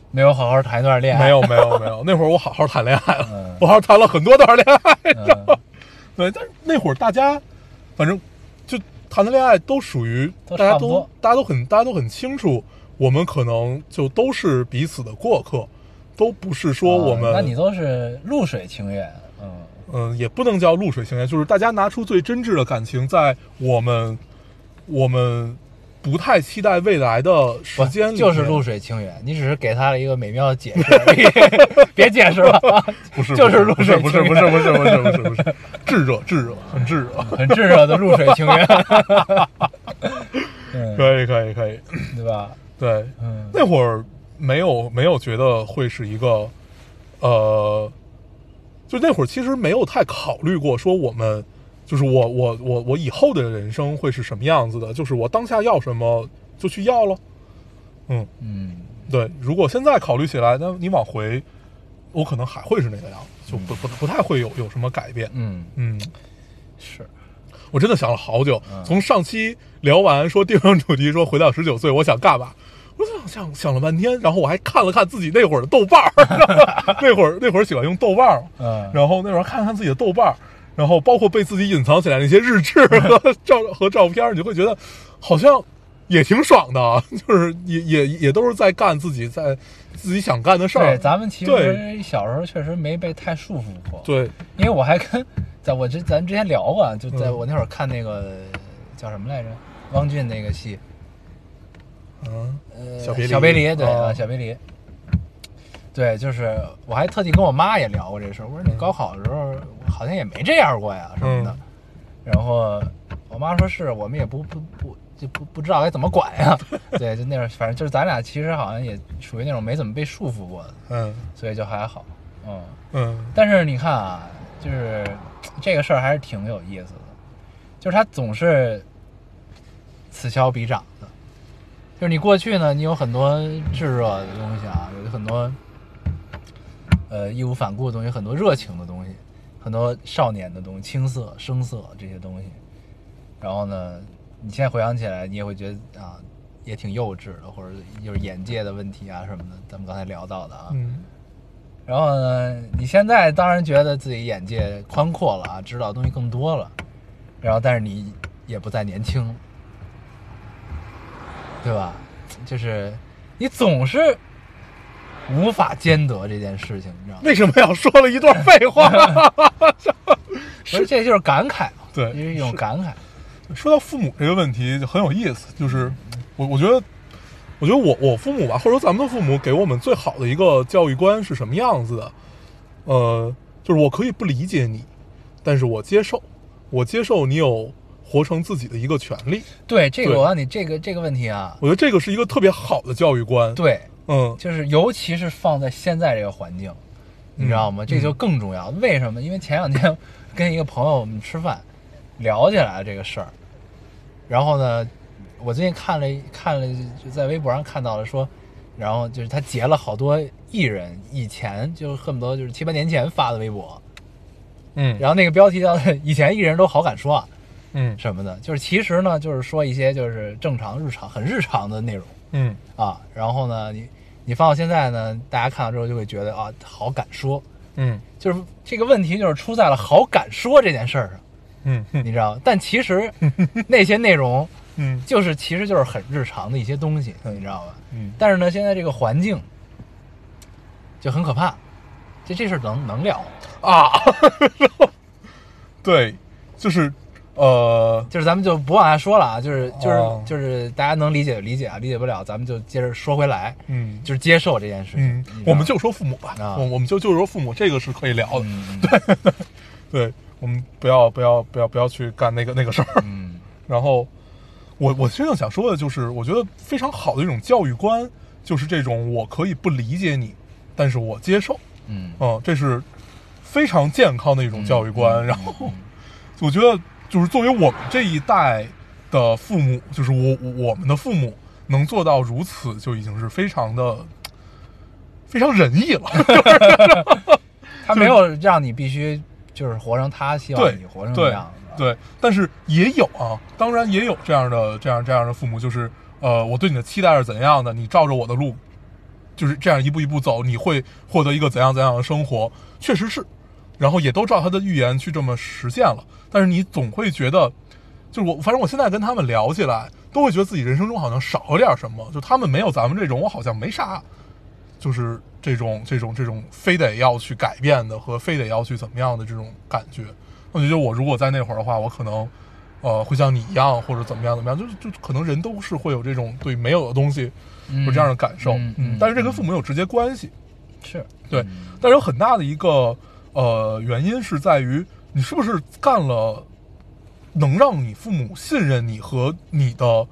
Speaker 1: 没有好好谈一段恋爱，
Speaker 2: 没有，没有没有，那会儿我好好谈恋爱了，
Speaker 1: 嗯
Speaker 2: 我好好谈了很多段恋爱。
Speaker 1: 嗯，
Speaker 2: 对，但是那会儿大家，反正就谈的恋爱都属于
Speaker 1: 都
Speaker 2: 大家
Speaker 1: 差不
Speaker 2: 都
Speaker 1: 多
Speaker 2: 大家都很大家都很清楚，我们可能就都是彼此的过客，都不是说我们、
Speaker 1: 啊那你都是露水情缘，嗯
Speaker 2: 嗯，也不能叫露水情缘，就是大家拿出最真挚的感情，在我们我们不太期待未来的时
Speaker 1: 不
Speaker 2: 间里面，
Speaker 1: 就是露水情缘，你只是给他了一个美妙的解释 而已，别解释了，
Speaker 2: 不是
Speaker 1: 就是露
Speaker 2: 不是
Speaker 1: 水
Speaker 2: 不是
Speaker 1: 情
Speaker 2: 不
Speaker 1: 缘
Speaker 2: 是不是不是不是不是炙热炙热很炙热，
Speaker 1: 很炙热的露水情缘， 嗯，
Speaker 2: 可以可以可以，
Speaker 1: 对吧？
Speaker 2: 对，
Speaker 1: 嗯
Speaker 2: 那会儿没有没有觉得会是一个，呃，就那会儿其实没有太考虑过说我们就是我我我我以后的人生会是什么样子的，就是我当下要什么就去要了，嗯，
Speaker 1: 嗯，
Speaker 2: 对。如果现在考虑起来，那你往回，我可能还会是那个样子，就不不不太会有有什么改变，
Speaker 1: 嗯，
Speaker 2: 嗯。
Speaker 1: 是，
Speaker 2: 我真的想了好久，
Speaker 1: 嗯
Speaker 2: 从上期聊完说定上主题说回到十九岁我想干嘛，我就想想想了半天，然后我还看了看自己那会儿的豆瓣儿， 那会儿那会儿喜欢用豆瓣儿，
Speaker 1: 嗯，
Speaker 2: 然后那会儿看看自己的豆瓣儿，然后包括被自己隐藏起来的一些 日志和照和照片儿，你就会觉得好像也挺爽的啊， 就是也也也都是在干自己在自己想干的事
Speaker 1: 对，
Speaker 2: 儿，
Speaker 1: 咱们其
Speaker 2: 对
Speaker 1: 实小时候确实没被太束缚过，
Speaker 2: 对，
Speaker 1: 因为我还跟在我之咱之前聊过，就在
Speaker 2: 嗯
Speaker 1: 我那会儿看那个叫什么来着，汪俊那个戏，
Speaker 2: 嗯，
Speaker 1: 呃，
Speaker 2: 小别离
Speaker 1: 小别离，对
Speaker 2: 哦
Speaker 1: 啊，小别离。对，就是我还特地跟我妈也聊过这事儿，我说你高考的时候好像也没这样过呀什么的，
Speaker 2: 嗯
Speaker 1: 然后我妈说是我们也不不不就不不知道该怎么管呀，对，就那会儿反正就是咱俩其实好像也属于那种没怎么被束缚过的，
Speaker 2: 嗯
Speaker 1: 所以就还好，嗯。
Speaker 2: 嗯
Speaker 1: 但是你看啊，就是这个事儿还是挺有意思的，就是他总是此消彼长的。就是你过去呢，你有很多炙热的东西啊，有很多呃义无反顾的东西，很多热情的东西，很多少年的东西，青涩、生涩这些东西。然后呢，你现在回想起来，你也会觉得啊，也挺幼稚的，或者就是眼界的问题啊什么的，咱们刚才聊到的啊。
Speaker 2: 嗯
Speaker 1: 然后呢，你现在当然觉得自己眼界宽阔了啊，知道的东西更多了，然后但是你也不再年轻了，对吧？就是你总是无法兼得这件事情，你知道吗？
Speaker 2: 为什么要说了一段废话？
Speaker 1: 不是，这就是感慨嘛，
Speaker 2: 对
Speaker 1: 就是一种感慨。
Speaker 2: 说到父母这个问题就很有意思，就是我我觉得，我觉得我我父母吧，或者说咱们的父母给我们最好的一个教育观是什么样子的？呃，就是我可以不理解你，但是我接受，我接受你有活成自己的一个权利。
Speaker 1: 对，这
Speaker 2: 对
Speaker 1: 个我告诉你，这个这个问题啊，
Speaker 2: 我觉得这个是一个特别好的教育观。，
Speaker 1: 对，
Speaker 2: 嗯
Speaker 1: 就是尤其是放在现在这个环境，你
Speaker 2: 嗯
Speaker 1: 知道吗？这就更重要。为什么？因为前两天跟一个朋友我们吃饭，聊起来了这个事儿，然后呢，我最近看了一看了，就在微博上看到了说，然后就是他截了好多艺人以前就恨不得就是七八年前发的微博，
Speaker 2: 嗯
Speaker 1: 然后那个标题叫“以前艺人都好敢说啊
Speaker 2: 嗯”
Speaker 1: 什么的，就是其实呢，就是说一些就是正常日常很日常的内容。
Speaker 2: 嗯
Speaker 1: 啊，然后呢，你你放到现在呢，大家看到之后就会觉得啊，好敢说，
Speaker 2: 嗯
Speaker 1: 就是这个问题就是出在了好敢说这件事儿上，
Speaker 2: 嗯嗯
Speaker 1: 你知道吗？但其 实那些内容
Speaker 2: 嗯
Speaker 1: 就是其实就是很日常的一些东西，你知道吧？
Speaker 2: 嗯
Speaker 1: 但是呢，现在这个环境就很可怕，就这事儿能能聊吗，
Speaker 2: 啊，对，就是呃，
Speaker 1: 就是咱们就不往下说了啊，就是就是、
Speaker 2: 哦
Speaker 1: 就是大家能理解就理解啊，理解不了咱们就接着说回来，
Speaker 2: 嗯
Speaker 1: 就是接受这件事情
Speaker 2: 嗯，，
Speaker 1: 你知道吗
Speaker 2: 我们就说父母吧，
Speaker 1: 啊
Speaker 2: 我我们就就说父母，这个是可以聊的。
Speaker 1: 嗯
Speaker 2: 对，我们不要不要不要不要去干那个那个事儿。
Speaker 1: 嗯
Speaker 2: 然后，我我真正想说的就是，我觉得非常好的一种教育观，就是这种我可以不理解你，但是我接受。
Speaker 1: 嗯嗯
Speaker 2: 嗯，这是非常健康的一种教育观。然后，我觉得就是作为我们这一代的父母，就是我我我们的父母能做到如此，就已经是非常的非常仁义了。
Speaker 1: 他没有让你必须就是活成他希望
Speaker 2: 对
Speaker 1: 你活成那
Speaker 2: 对
Speaker 1: 样子，
Speaker 2: 对，但是也有啊，当然也有这样的这样这样的父母，就是呃，我对你的期待是怎样的，你照着我的路，就是这样一步一步走，你会获得一个怎样怎样的生活，确实是，然后也都照他的预言去这么实现了，但是你总会觉得，就是我，反正我现在跟他们聊起来，都会觉得自己人生中好像少了点什么，就他们没有咱们这种，我好像没啥，就是这种这种这种非得要去改变的和非得要去怎么样的这种感觉。我觉得我如果在那会儿的话，我可能，呃，会像你一样，或者怎么样怎么样，就就可能人都是会有这种对没有的东西
Speaker 1: 嗯
Speaker 2: 有这样的感受，
Speaker 1: 嗯嗯
Speaker 2: 但是这跟父母有直接关系，
Speaker 1: 是，
Speaker 2: 对，但是有很大的一个呃原因是在于你是不是干了能让你父母信任你和你的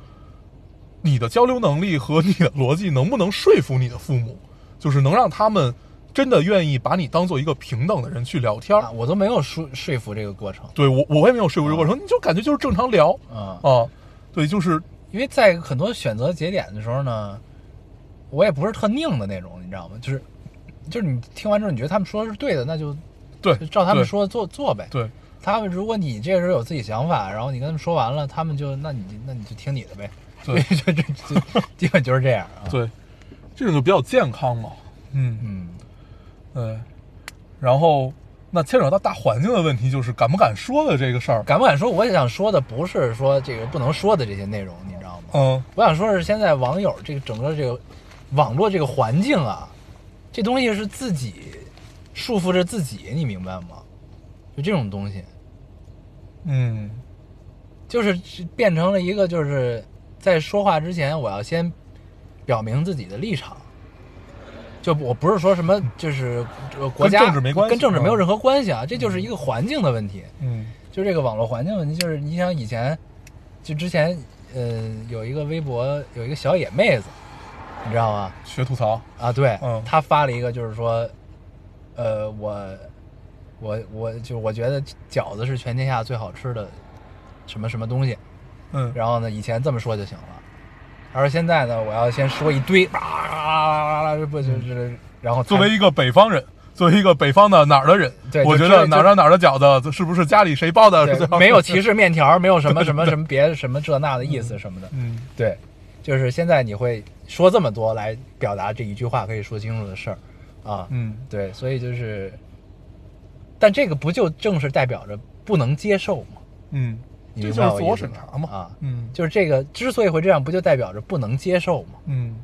Speaker 2: 你的交流能力和你的逻辑能不能说服你的父母，就是能让他们真的愿意把你当做一个平等的人去聊天儿。
Speaker 1: 啊，我都没有说说服这个过程，
Speaker 2: 对我我也没有说服这个过程，你就感觉就是正常聊
Speaker 1: 啊，
Speaker 2: 啊，对，就是
Speaker 1: 因为在很多选择节点的时候呢，我也不是特拧的那种，你知道吗？就是就是你听完之后，你觉得他们说的是对的，那就
Speaker 2: 对
Speaker 1: 就，照他们
Speaker 2: 对
Speaker 1: 说的做做呗。
Speaker 2: 对
Speaker 1: 他们如果你这个时候有自己想法，然后你跟他们说完了，他们就那你那你就听你的呗。
Speaker 2: 对
Speaker 1: 就就就基本就是这样啊。
Speaker 2: 对，这种就比较健康嘛，嗯。
Speaker 1: 嗯，
Speaker 2: 对，嗯然后那牵扯到大环境的问题，就是敢不敢说的这个事儿。
Speaker 1: 敢不敢说？我想说的不是说这个不能说的这些内容，你知道吗？
Speaker 2: 嗯
Speaker 1: 我想说是现在网友这个整个这个网络这个环境啊，这东西是自己束缚着自己，你明白吗？就这种东西，
Speaker 2: 嗯
Speaker 1: 就是变成了一个就是在说话之前，我要先表明自己的立场。就我不是说什么，就是呃国家
Speaker 2: 跟政治没关系
Speaker 1: 跟政治没有
Speaker 2: 嗯
Speaker 1: 任何关系啊，这就是一个环境的问题。
Speaker 2: 嗯
Speaker 1: 就这个网络环境问题，就是你想以前，就之前，呃，有一个微博有一个小野妹子，你知道吗？
Speaker 2: 学吐槽。
Speaker 1: 啊，对，
Speaker 2: 嗯
Speaker 1: 她发了一个，就是说，呃，我，我，我就我觉得饺子是全天下最好吃的什么什么东西。
Speaker 2: 嗯，
Speaker 1: 然后呢，以前这么说就行了，她说现在呢，我要先说一堆，啊，不就是，然后
Speaker 2: 作为一个北方人，作为一个北方的哪儿的人，
Speaker 1: 对
Speaker 2: 我
Speaker 1: 就
Speaker 2: 觉
Speaker 1: 知道
Speaker 2: 得哪儿哪儿哪儿的饺子是不是家里谁包的？
Speaker 1: 对没有歧视面条，没有什么什么什么别什么这那的意思什么的，
Speaker 2: 嗯
Speaker 1: 对，就是现在你会说这么多来表达这一句话可以说清楚的事儿啊，
Speaker 2: 嗯，
Speaker 1: 对，所以就是，但这个不就正是代表着不能接受吗？
Speaker 2: 嗯，
Speaker 1: 你
Speaker 2: 这
Speaker 1: 明
Speaker 2: 就
Speaker 1: 白
Speaker 2: 是
Speaker 1: 我
Speaker 2: 自
Speaker 1: 意
Speaker 2: 我
Speaker 1: 思
Speaker 2: 审
Speaker 1: 吗
Speaker 2: 查嘛。
Speaker 1: 啊，
Speaker 2: 嗯
Speaker 1: 就是这个之所以会这样，不就代表着不能接受吗？
Speaker 2: 嗯，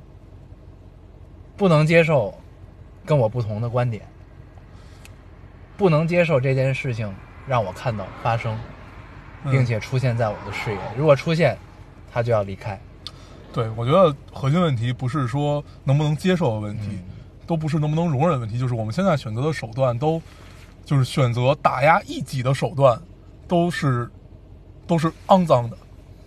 Speaker 1: 不能接受跟我不同的观点，不能接受这件事情让我看到发生，
Speaker 2: 嗯
Speaker 1: 并且出现在我的视野。如果出现，他就要离开。
Speaker 2: 对，我觉得核心问题不是说能不能接受的问题，
Speaker 1: 嗯
Speaker 2: 都不是能不能容忍的问题，就是我们现在选择的手段都，就是选择打压异己的手段，都是都是肮脏的，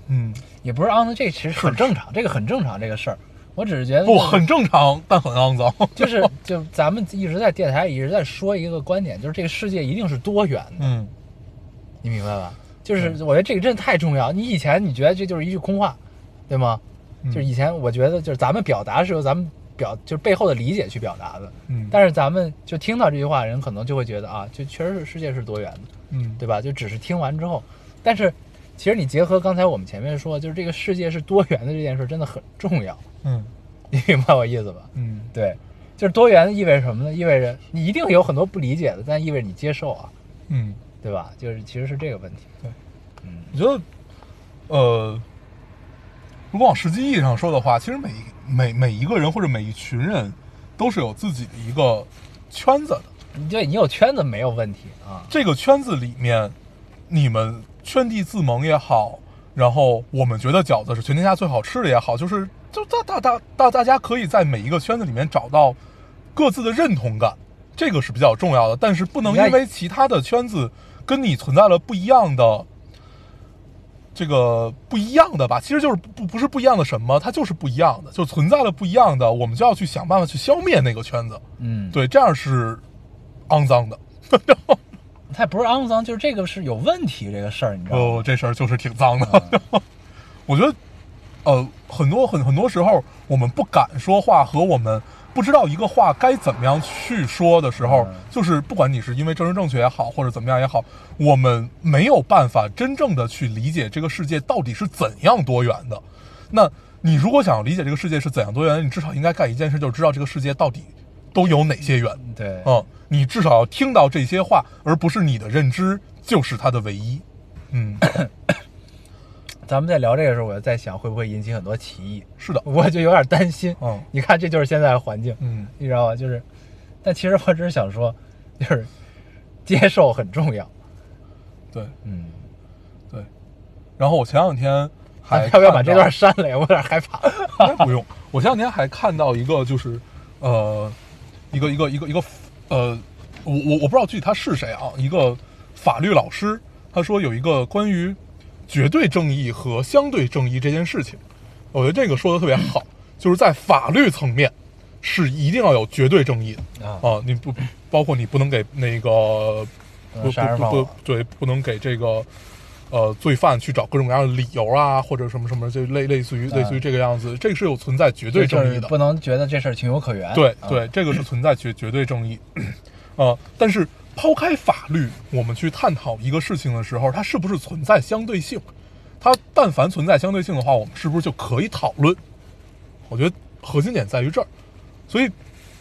Speaker 2: 嗯，
Speaker 1: 也不是肮脏，这其实很正常，这个很正常这个事儿。我只是觉得
Speaker 2: 不很正常，但很肮脏。
Speaker 1: 就是就咱们一直在电台一直在说一个观点，就是这个世界一定是多元的，
Speaker 2: 嗯，
Speaker 1: 你明白吧？就是我觉得这个真的太重要。你以前你觉得这就是一句空话，对吗？
Speaker 2: 嗯
Speaker 1: 就是以前我觉得就是咱们表达是由咱们表就是背后的理解去表达的，
Speaker 2: 嗯
Speaker 1: 但是咱们就听到这句话的人可能就会觉得啊，就确实是世界是多元的，
Speaker 2: 嗯，
Speaker 1: 对吧？就只是听完之后，但是其实你结合刚才我们前面说，就是这个世界是多元的这件事真的很重要，
Speaker 2: 嗯
Speaker 1: 你明白我意思吧？
Speaker 2: 嗯，
Speaker 1: 对，就是多元意味着什么呢？意味着你一定有很多不理解的，但意味着你接受啊，
Speaker 2: 嗯，
Speaker 1: 对吧？就是其实是这个问题。
Speaker 2: 我觉得，呃，如果往实际意义上说的话，其实每每每一个人或者每一群人，都是有自己的一个圈子的。
Speaker 1: 你对你有圈子没有问题啊？
Speaker 2: 这个圈子里面，你们圈地自萌也好，然后我们觉得饺子是全天下最好吃的也好，就是就大大大大大家可以在每一个圈子里面找到各自的认同感，这个是比较重要的。但是不能
Speaker 1: 你看
Speaker 2: 因为其他的圈子跟你存在了不一样的。这个不一样的吧，其实就是不不不是不一样的什么，它就是不一样的，就存在了不一样的，我们就要去想办法去消灭那个圈子。
Speaker 1: 嗯，，
Speaker 2: 对，这样是肮脏的。
Speaker 1: 它不是肮脏，就是这个是有问题这个事儿，你知道吗？
Speaker 2: 哦，这事儿就是挺脏的。 我觉得，呃，很多很很多时候，我们不敢说话和我们不知道一个话该怎么样去说的时候，
Speaker 1: 嗯
Speaker 2: 就是不管你是因为政治正确也好，或者怎么样也好，我们没有办法真正的去理解这个世界到底是怎样多元的。那你如果想理解这个世界是怎样多元的，你至少应该干一件事，就是知道这个世界到底都有哪些元。
Speaker 1: 对，
Speaker 2: 嗯，你至少要听到这些话，而不是你的认知就是它的唯一。嗯，
Speaker 1: 咱们在聊这个时候，我就在想会不会引起很多歧义，
Speaker 2: 是的，
Speaker 1: 我就有点担心。
Speaker 2: 嗯
Speaker 1: 你看，这就是现在的环境，
Speaker 2: 嗯，
Speaker 1: 你知道吧？就是，但其实我只是想说，就是接受很重要。
Speaker 2: 对
Speaker 1: 嗯，
Speaker 2: 对。然后我前两天
Speaker 1: 咱
Speaker 2: 还
Speaker 1: 们要不要把
Speaker 2: 看到
Speaker 1: 这段删了呀？我有点害怕。
Speaker 2: 应该不用。我前两天还看到一个，就是呃，一个一个一个一个呃，我我我不知道具体他是谁啊，一个法律老师，他说有一个关于绝对正义和相对正义这件事情，我觉得这个说的特别好，就是在法律层面是一定要有绝对正义的
Speaker 1: 啊
Speaker 2: 啊，你不包括你不能给那个
Speaker 1: 嗯
Speaker 2: 不
Speaker 1: 杀人
Speaker 2: 不
Speaker 1: 放
Speaker 2: 不
Speaker 1: 火
Speaker 2: 不对，不能给这个。呃，罪犯去找各种各样的理由啊，或者什么什么，就类类似于类似于
Speaker 1: 嗯
Speaker 2: 这个样子，这个是有存在绝 对
Speaker 1: 就
Speaker 2: 正
Speaker 1: 是
Speaker 2: 义的
Speaker 1: 不。能觉得这事儿情有可原。
Speaker 2: 对
Speaker 1: 啊
Speaker 2: 对，，这个是存在绝绝对正义。呃，但是抛开法律，我们去探讨一个事情的时候，它是不是存在相对性？它但凡存在相对性的话，我们是不是就可以讨论？我觉得核心点在于这儿。所以，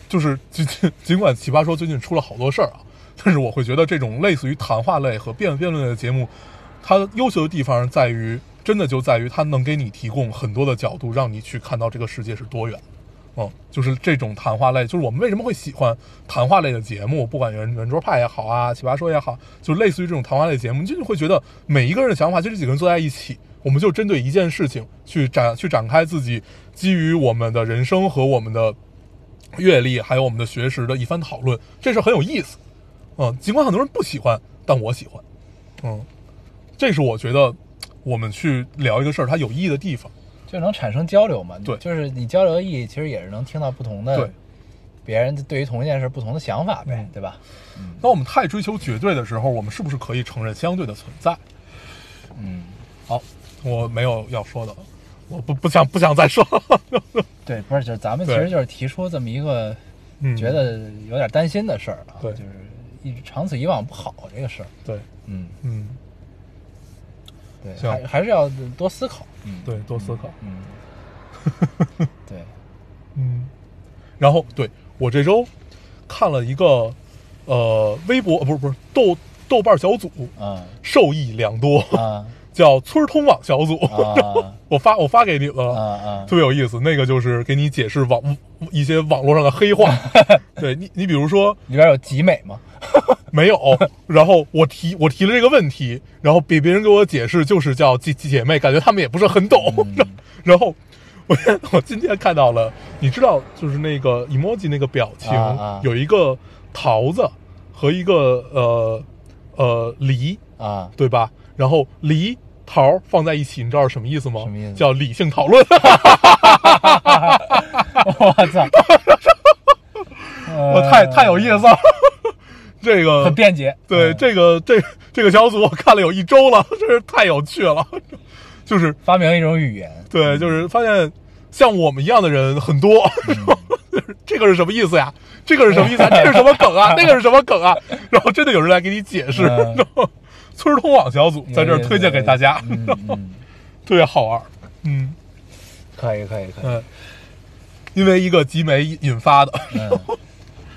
Speaker 2: 就是尽尽 尽管奇葩说最近出了好多事儿啊，但是我会觉得这种类似于谈话类和辩辩论类的节目，它优秀的地方在于，真的就在于它能给你提供很多的角度，让你去看到这个世界是多元。嗯，就是这种谈话类，就是我们为什么会喜欢谈话类的节目，不管圆圆桌派也好啊，奇葩说也好，就类似于这种谈话类节目，你就会觉得每一个人的想法，就这几个人坐在一起，我们就针对一件事情去展去展开自己基于我们的人生和我们的阅历，还有我们的学识的一番讨论，这是很有意思。嗯，尽管很多人不喜欢，但我喜欢。嗯，这是我觉得我们去聊一个事儿它有意义的地方。
Speaker 1: 就能产生交流嘛。
Speaker 2: 对
Speaker 1: 就是你交流的意义，其实也是能听到不同的
Speaker 2: 对
Speaker 1: 别人对于同一件事不同的想法呗
Speaker 2: 嗯，
Speaker 1: 对吧？
Speaker 2: 当我们太追求绝对的时候，我们是不是可以承认相对的存在？
Speaker 1: 嗯，
Speaker 2: 好，我没有要说的了，我不不想不想再 说了。
Speaker 1: 对，不是，就是咱们其
Speaker 2: 对
Speaker 1: 实就是提出这么一个
Speaker 2: 嗯
Speaker 1: 觉得有点担心的事儿啊，
Speaker 2: 对
Speaker 1: 就是一直长此以往不好这个事儿，
Speaker 2: 对，
Speaker 1: 嗯，
Speaker 2: 嗯，
Speaker 1: 对，
Speaker 2: 行
Speaker 1: 还还是要多思考，嗯，
Speaker 2: 对，多思考。
Speaker 1: 嗯，对，
Speaker 2: 嗯，然后对我这周看了一个呃微博，呃不是不是豆豆瓣小组，
Speaker 1: 啊
Speaker 2: 受益良多，
Speaker 1: 啊
Speaker 2: 叫村儿通网小组。
Speaker 1: 啊
Speaker 2: 我发我发给你了。
Speaker 1: 啊啊
Speaker 2: 特别有意思，那个就是给你解释网一些网络上的黑 话。对你，你比如说，
Speaker 1: 里边有集美吗？
Speaker 2: 没有。然后我提我提了这个问题，然后比别人给我解释，就是叫姐姐妹，感觉他们也不是很懂。
Speaker 1: 嗯
Speaker 2: 然后我 今天我今天看到了，你知道，就是那个 emoji 那个表情，
Speaker 1: 啊啊
Speaker 2: 有一个桃子和一个呃呃梨，
Speaker 1: 啊，
Speaker 2: 对吧？然后梨桃放在一起，你知道是什么意思吗？
Speaker 1: 什么意思
Speaker 2: 叫理性讨论。
Speaker 1: 我操，
Speaker 2: 我
Speaker 1: 我
Speaker 2: 太太有意思了。 这个
Speaker 1: 很便捷，
Speaker 2: 对，
Speaker 1: 嗯
Speaker 2: 这个这这个小组我看了有一周了， 真是太有趣了。 就是
Speaker 1: 发明一种语言，
Speaker 2: 对，就是发现像我们一样的人很多。
Speaker 1: 嗯
Speaker 2: 就是这个是什么意思呀？这个是什么意思啊？这是什么 梗啊？那个是什么梗啊？然后真的有人来给你解释。
Speaker 1: 嗯
Speaker 2: 然后村儿通网小组在这儿推荐给大家，
Speaker 1: 嗯嗯，
Speaker 2: 特别好玩儿。嗯
Speaker 1: 可以可以可以，
Speaker 2: 嗯，因为一个集美引发的，
Speaker 1: 嗯，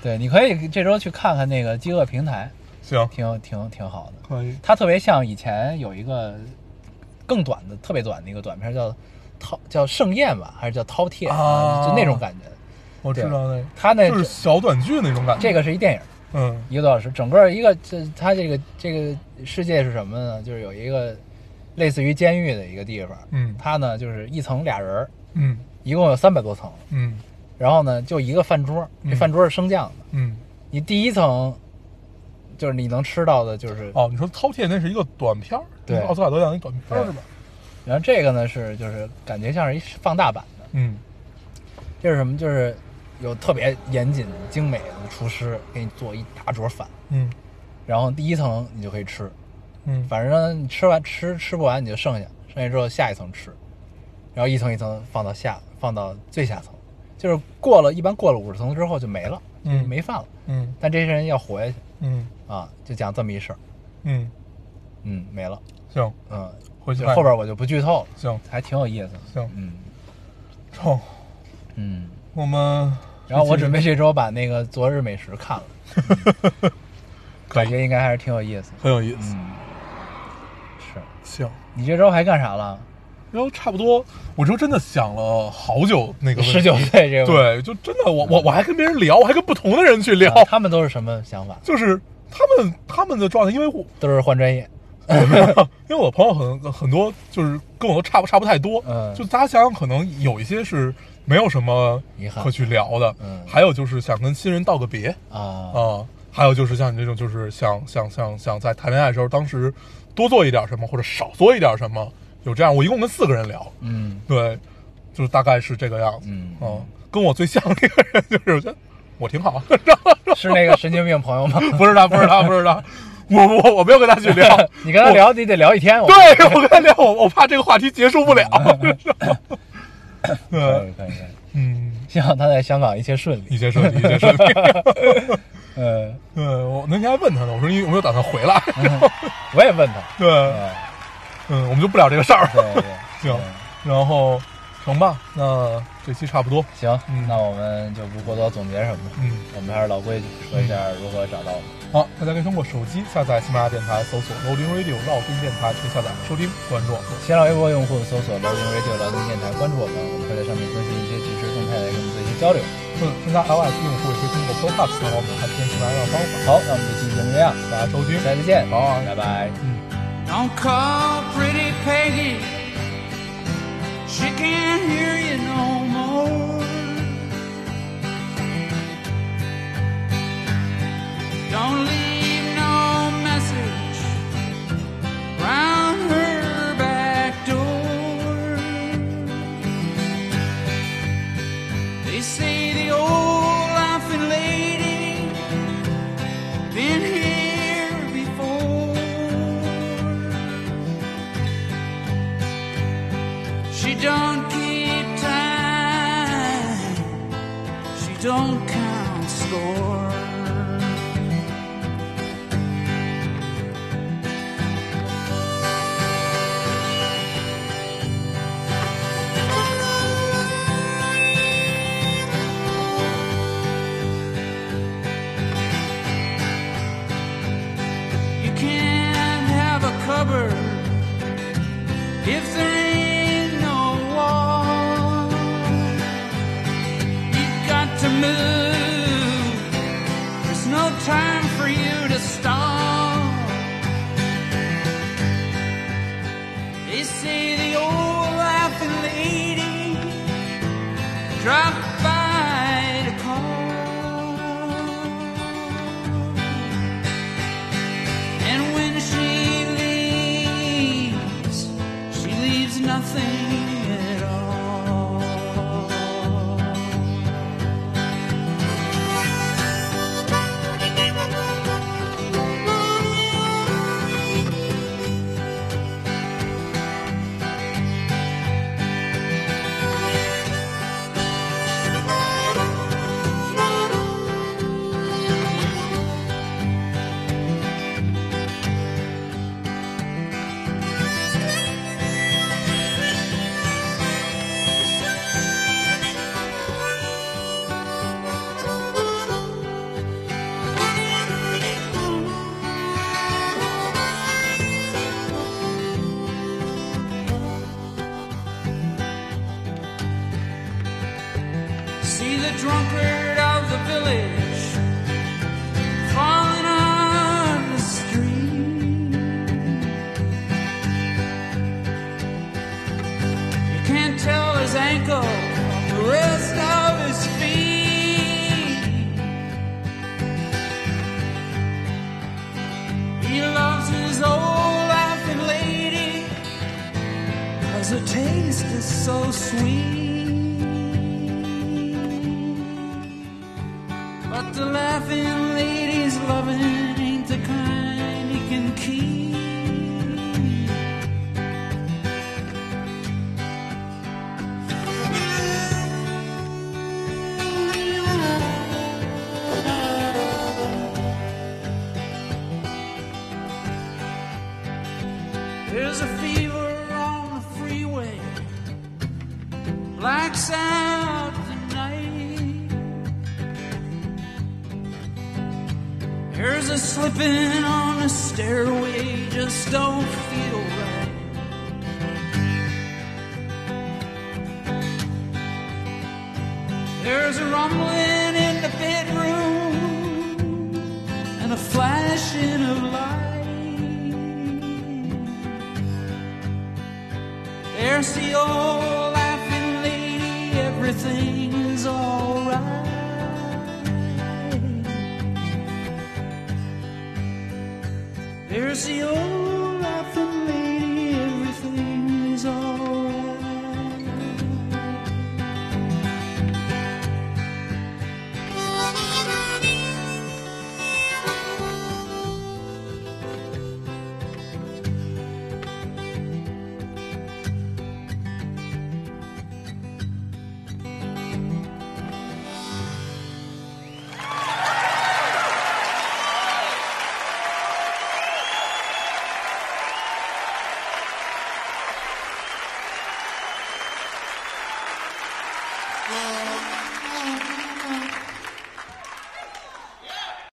Speaker 1: 对，你可以这周去看看那个饥饿平台，
Speaker 2: 行，
Speaker 1: 挺挺挺好的。
Speaker 2: 可以。
Speaker 1: 它特别像以前有一个更短的、特别短的一个短片叫《饕》，叫《盛宴》吧，还是叫《饕餮》呃
Speaker 2: 啊
Speaker 1: 就那种感觉。
Speaker 2: 我知
Speaker 1: 对
Speaker 2: 道那个。
Speaker 1: 它那
Speaker 2: 就是小短剧那种感觉。
Speaker 1: 这个是一电影，
Speaker 2: 嗯
Speaker 1: 一个多小时，整个一个这它这个这个世界是什么呢？就是有一个类似于监狱的一个地方，
Speaker 2: 嗯
Speaker 1: 它呢就是一层俩人儿，
Speaker 2: 嗯
Speaker 1: 一共有三百多层，
Speaker 2: 嗯
Speaker 1: 然后呢就一个饭桌，
Speaker 2: 嗯
Speaker 1: 这饭桌是升降的，
Speaker 2: 嗯。
Speaker 1: 你第一层就是你能吃到的就是，
Speaker 2: 哦，你说《饕餮》那是一个短片儿，
Speaker 1: 对
Speaker 2: 那是奥斯卡得奖的一短片儿
Speaker 1: 对
Speaker 2: 是吧？
Speaker 1: 然后这个呢是就是感觉像是一放大版的，
Speaker 2: 嗯
Speaker 1: 这是什么？就是有特别严谨精美的厨师给你做一大桌饭，
Speaker 2: 嗯
Speaker 1: 然后第一层你就可以吃，
Speaker 2: 嗯
Speaker 1: 反正呢你吃完吃吃不完你就剩下，剩下之后下一层吃，然后一层一层放到下放到最下层，就是过了一般过了五十层之后就没了，
Speaker 2: 嗯
Speaker 1: 没饭了。
Speaker 2: 嗯
Speaker 1: 但这些人要活下去
Speaker 2: 嗯
Speaker 1: 啊，就讲这么一事儿，
Speaker 2: 嗯，
Speaker 1: 嗯，没了，
Speaker 2: 行，
Speaker 1: 嗯，
Speaker 2: 回去
Speaker 1: 就
Speaker 2: 看
Speaker 1: 后边我就不剧透了，
Speaker 2: 行
Speaker 1: 还挺有意思的，
Speaker 2: 行，
Speaker 1: 嗯
Speaker 2: 成，
Speaker 1: 嗯。
Speaker 2: 我们
Speaker 1: 然后我准备这周把那个《昨日美食》看了，
Speaker 2: 可
Speaker 1: 感觉应该还是挺有意思的。
Speaker 2: 很有意思。
Speaker 1: 嗯，是
Speaker 2: 行，
Speaker 1: 你这周还干啥了？
Speaker 2: 然后差不多，我就真的想了好久那个问题
Speaker 1: 十九，岁这个问
Speaker 2: 对，就真的我我我还跟别人聊，我还跟不同的人去聊
Speaker 1: 题，啊他们都是什么想法？
Speaker 2: 就是他们他们的状态，因为我
Speaker 1: 都是换专业，
Speaker 2: 因为我朋友很很多就是跟我都差不差不太多，
Speaker 1: 嗯
Speaker 2: 就大家想想，可能有一些是没有什么
Speaker 1: 遗憾
Speaker 2: 可去聊的，
Speaker 1: 嗯
Speaker 2: 还有就是想跟亲人道个别
Speaker 1: 啊
Speaker 2: 啊、还有就是像你这种，就是想想想想在谈恋爱的时候，当时多做一点什么或者少做一点什么，有这样，我一共跟四个人聊，
Speaker 1: 嗯
Speaker 2: 对，就是大概是这个样子，
Speaker 1: 嗯
Speaker 2: 啊跟我最像的那个人就是我觉得我挺好，
Speaker 1: 是那个神经病朋友 吗？，
Speaker 2: 不是他，不是他，不是他，我我我没有跟他去聊
Speaker 1: 你跟他
Speaker 2: 我
Speaker 1: 聊，你得聊一天。我
Speaker 2: 对我跟他聊，我我怕这个话题结束不了。
Speaker 1: 可
Speaker 2: 对，
Speaker 1: 以可以可以，
Speaker 2: 嗯，
Speaker 1: 希望他在香港一切顺利。
Speaker 2: 一切顺利，一切顺利。
Speaker 1: 嗯，
Speaker 2: 对，我那天还问他呢，我说你有没有打算回来？
Speaker 1: 我也问他，
Speaker 2: 对，
Speaker 1: 对
Speaker 2: 嗯，我们就不聊这个事儿。
Speaker 1: 对对，
Speaker 2: 行
Speaker 1: 嗯，
Speaker 2: 然后成吧，那这期差不多。
Speaker 1: 行，
Speaker 2: 嗯
Speaker 1: 那我们就不过多总结什么了，
Speaker 2: 嗯，
Speaker 1: 我们还是老规矩，说一下如何找到我们。
Speaker 2: 好，大家可以通过手机下载喜马拉雅电台，搜索 Loading Radio 绕冰电台去下载收听，关注我们。
Speaker 1: 新浪微博用户搜索 “loading radio” 劳动电台，关注我们，我们会在上面更新一些即时动态，来跟我们做一些交流。
Speaker 2: 嗯，添加 iOS 用户也可以通过 Podcast 找到我们，还是用喜马拉雅的方法。
Speaker 1: 好，那我们这期节目这样，
Speaker 2: 大家收听，
Speaker 1: 下期见，
Speaker 2: 好啊
Speaker 1: 拜拜。
Speaker 3: Don't call pretty Peggy. She can't hear you no more. Don't leave no message round her back door. They say the old laughing lady been here before. She don't keep time. She don't count score. You can't have a cupboard if there ain't no wall. You've got to move. There's no time for you to stall. They say the old laughing lady dropped by to call. And when she leaves, she leaves nothing at all. See the drunkard of the village fall so sweet. But the laughing lady's loving ain't the kind you can keep. There's a fever on the freeway, blacks out the night. There's a slipping on the stairway, just don't feel right. There's a rumbling in the bedroom and a flashing of light. There's the old laughing lady, everything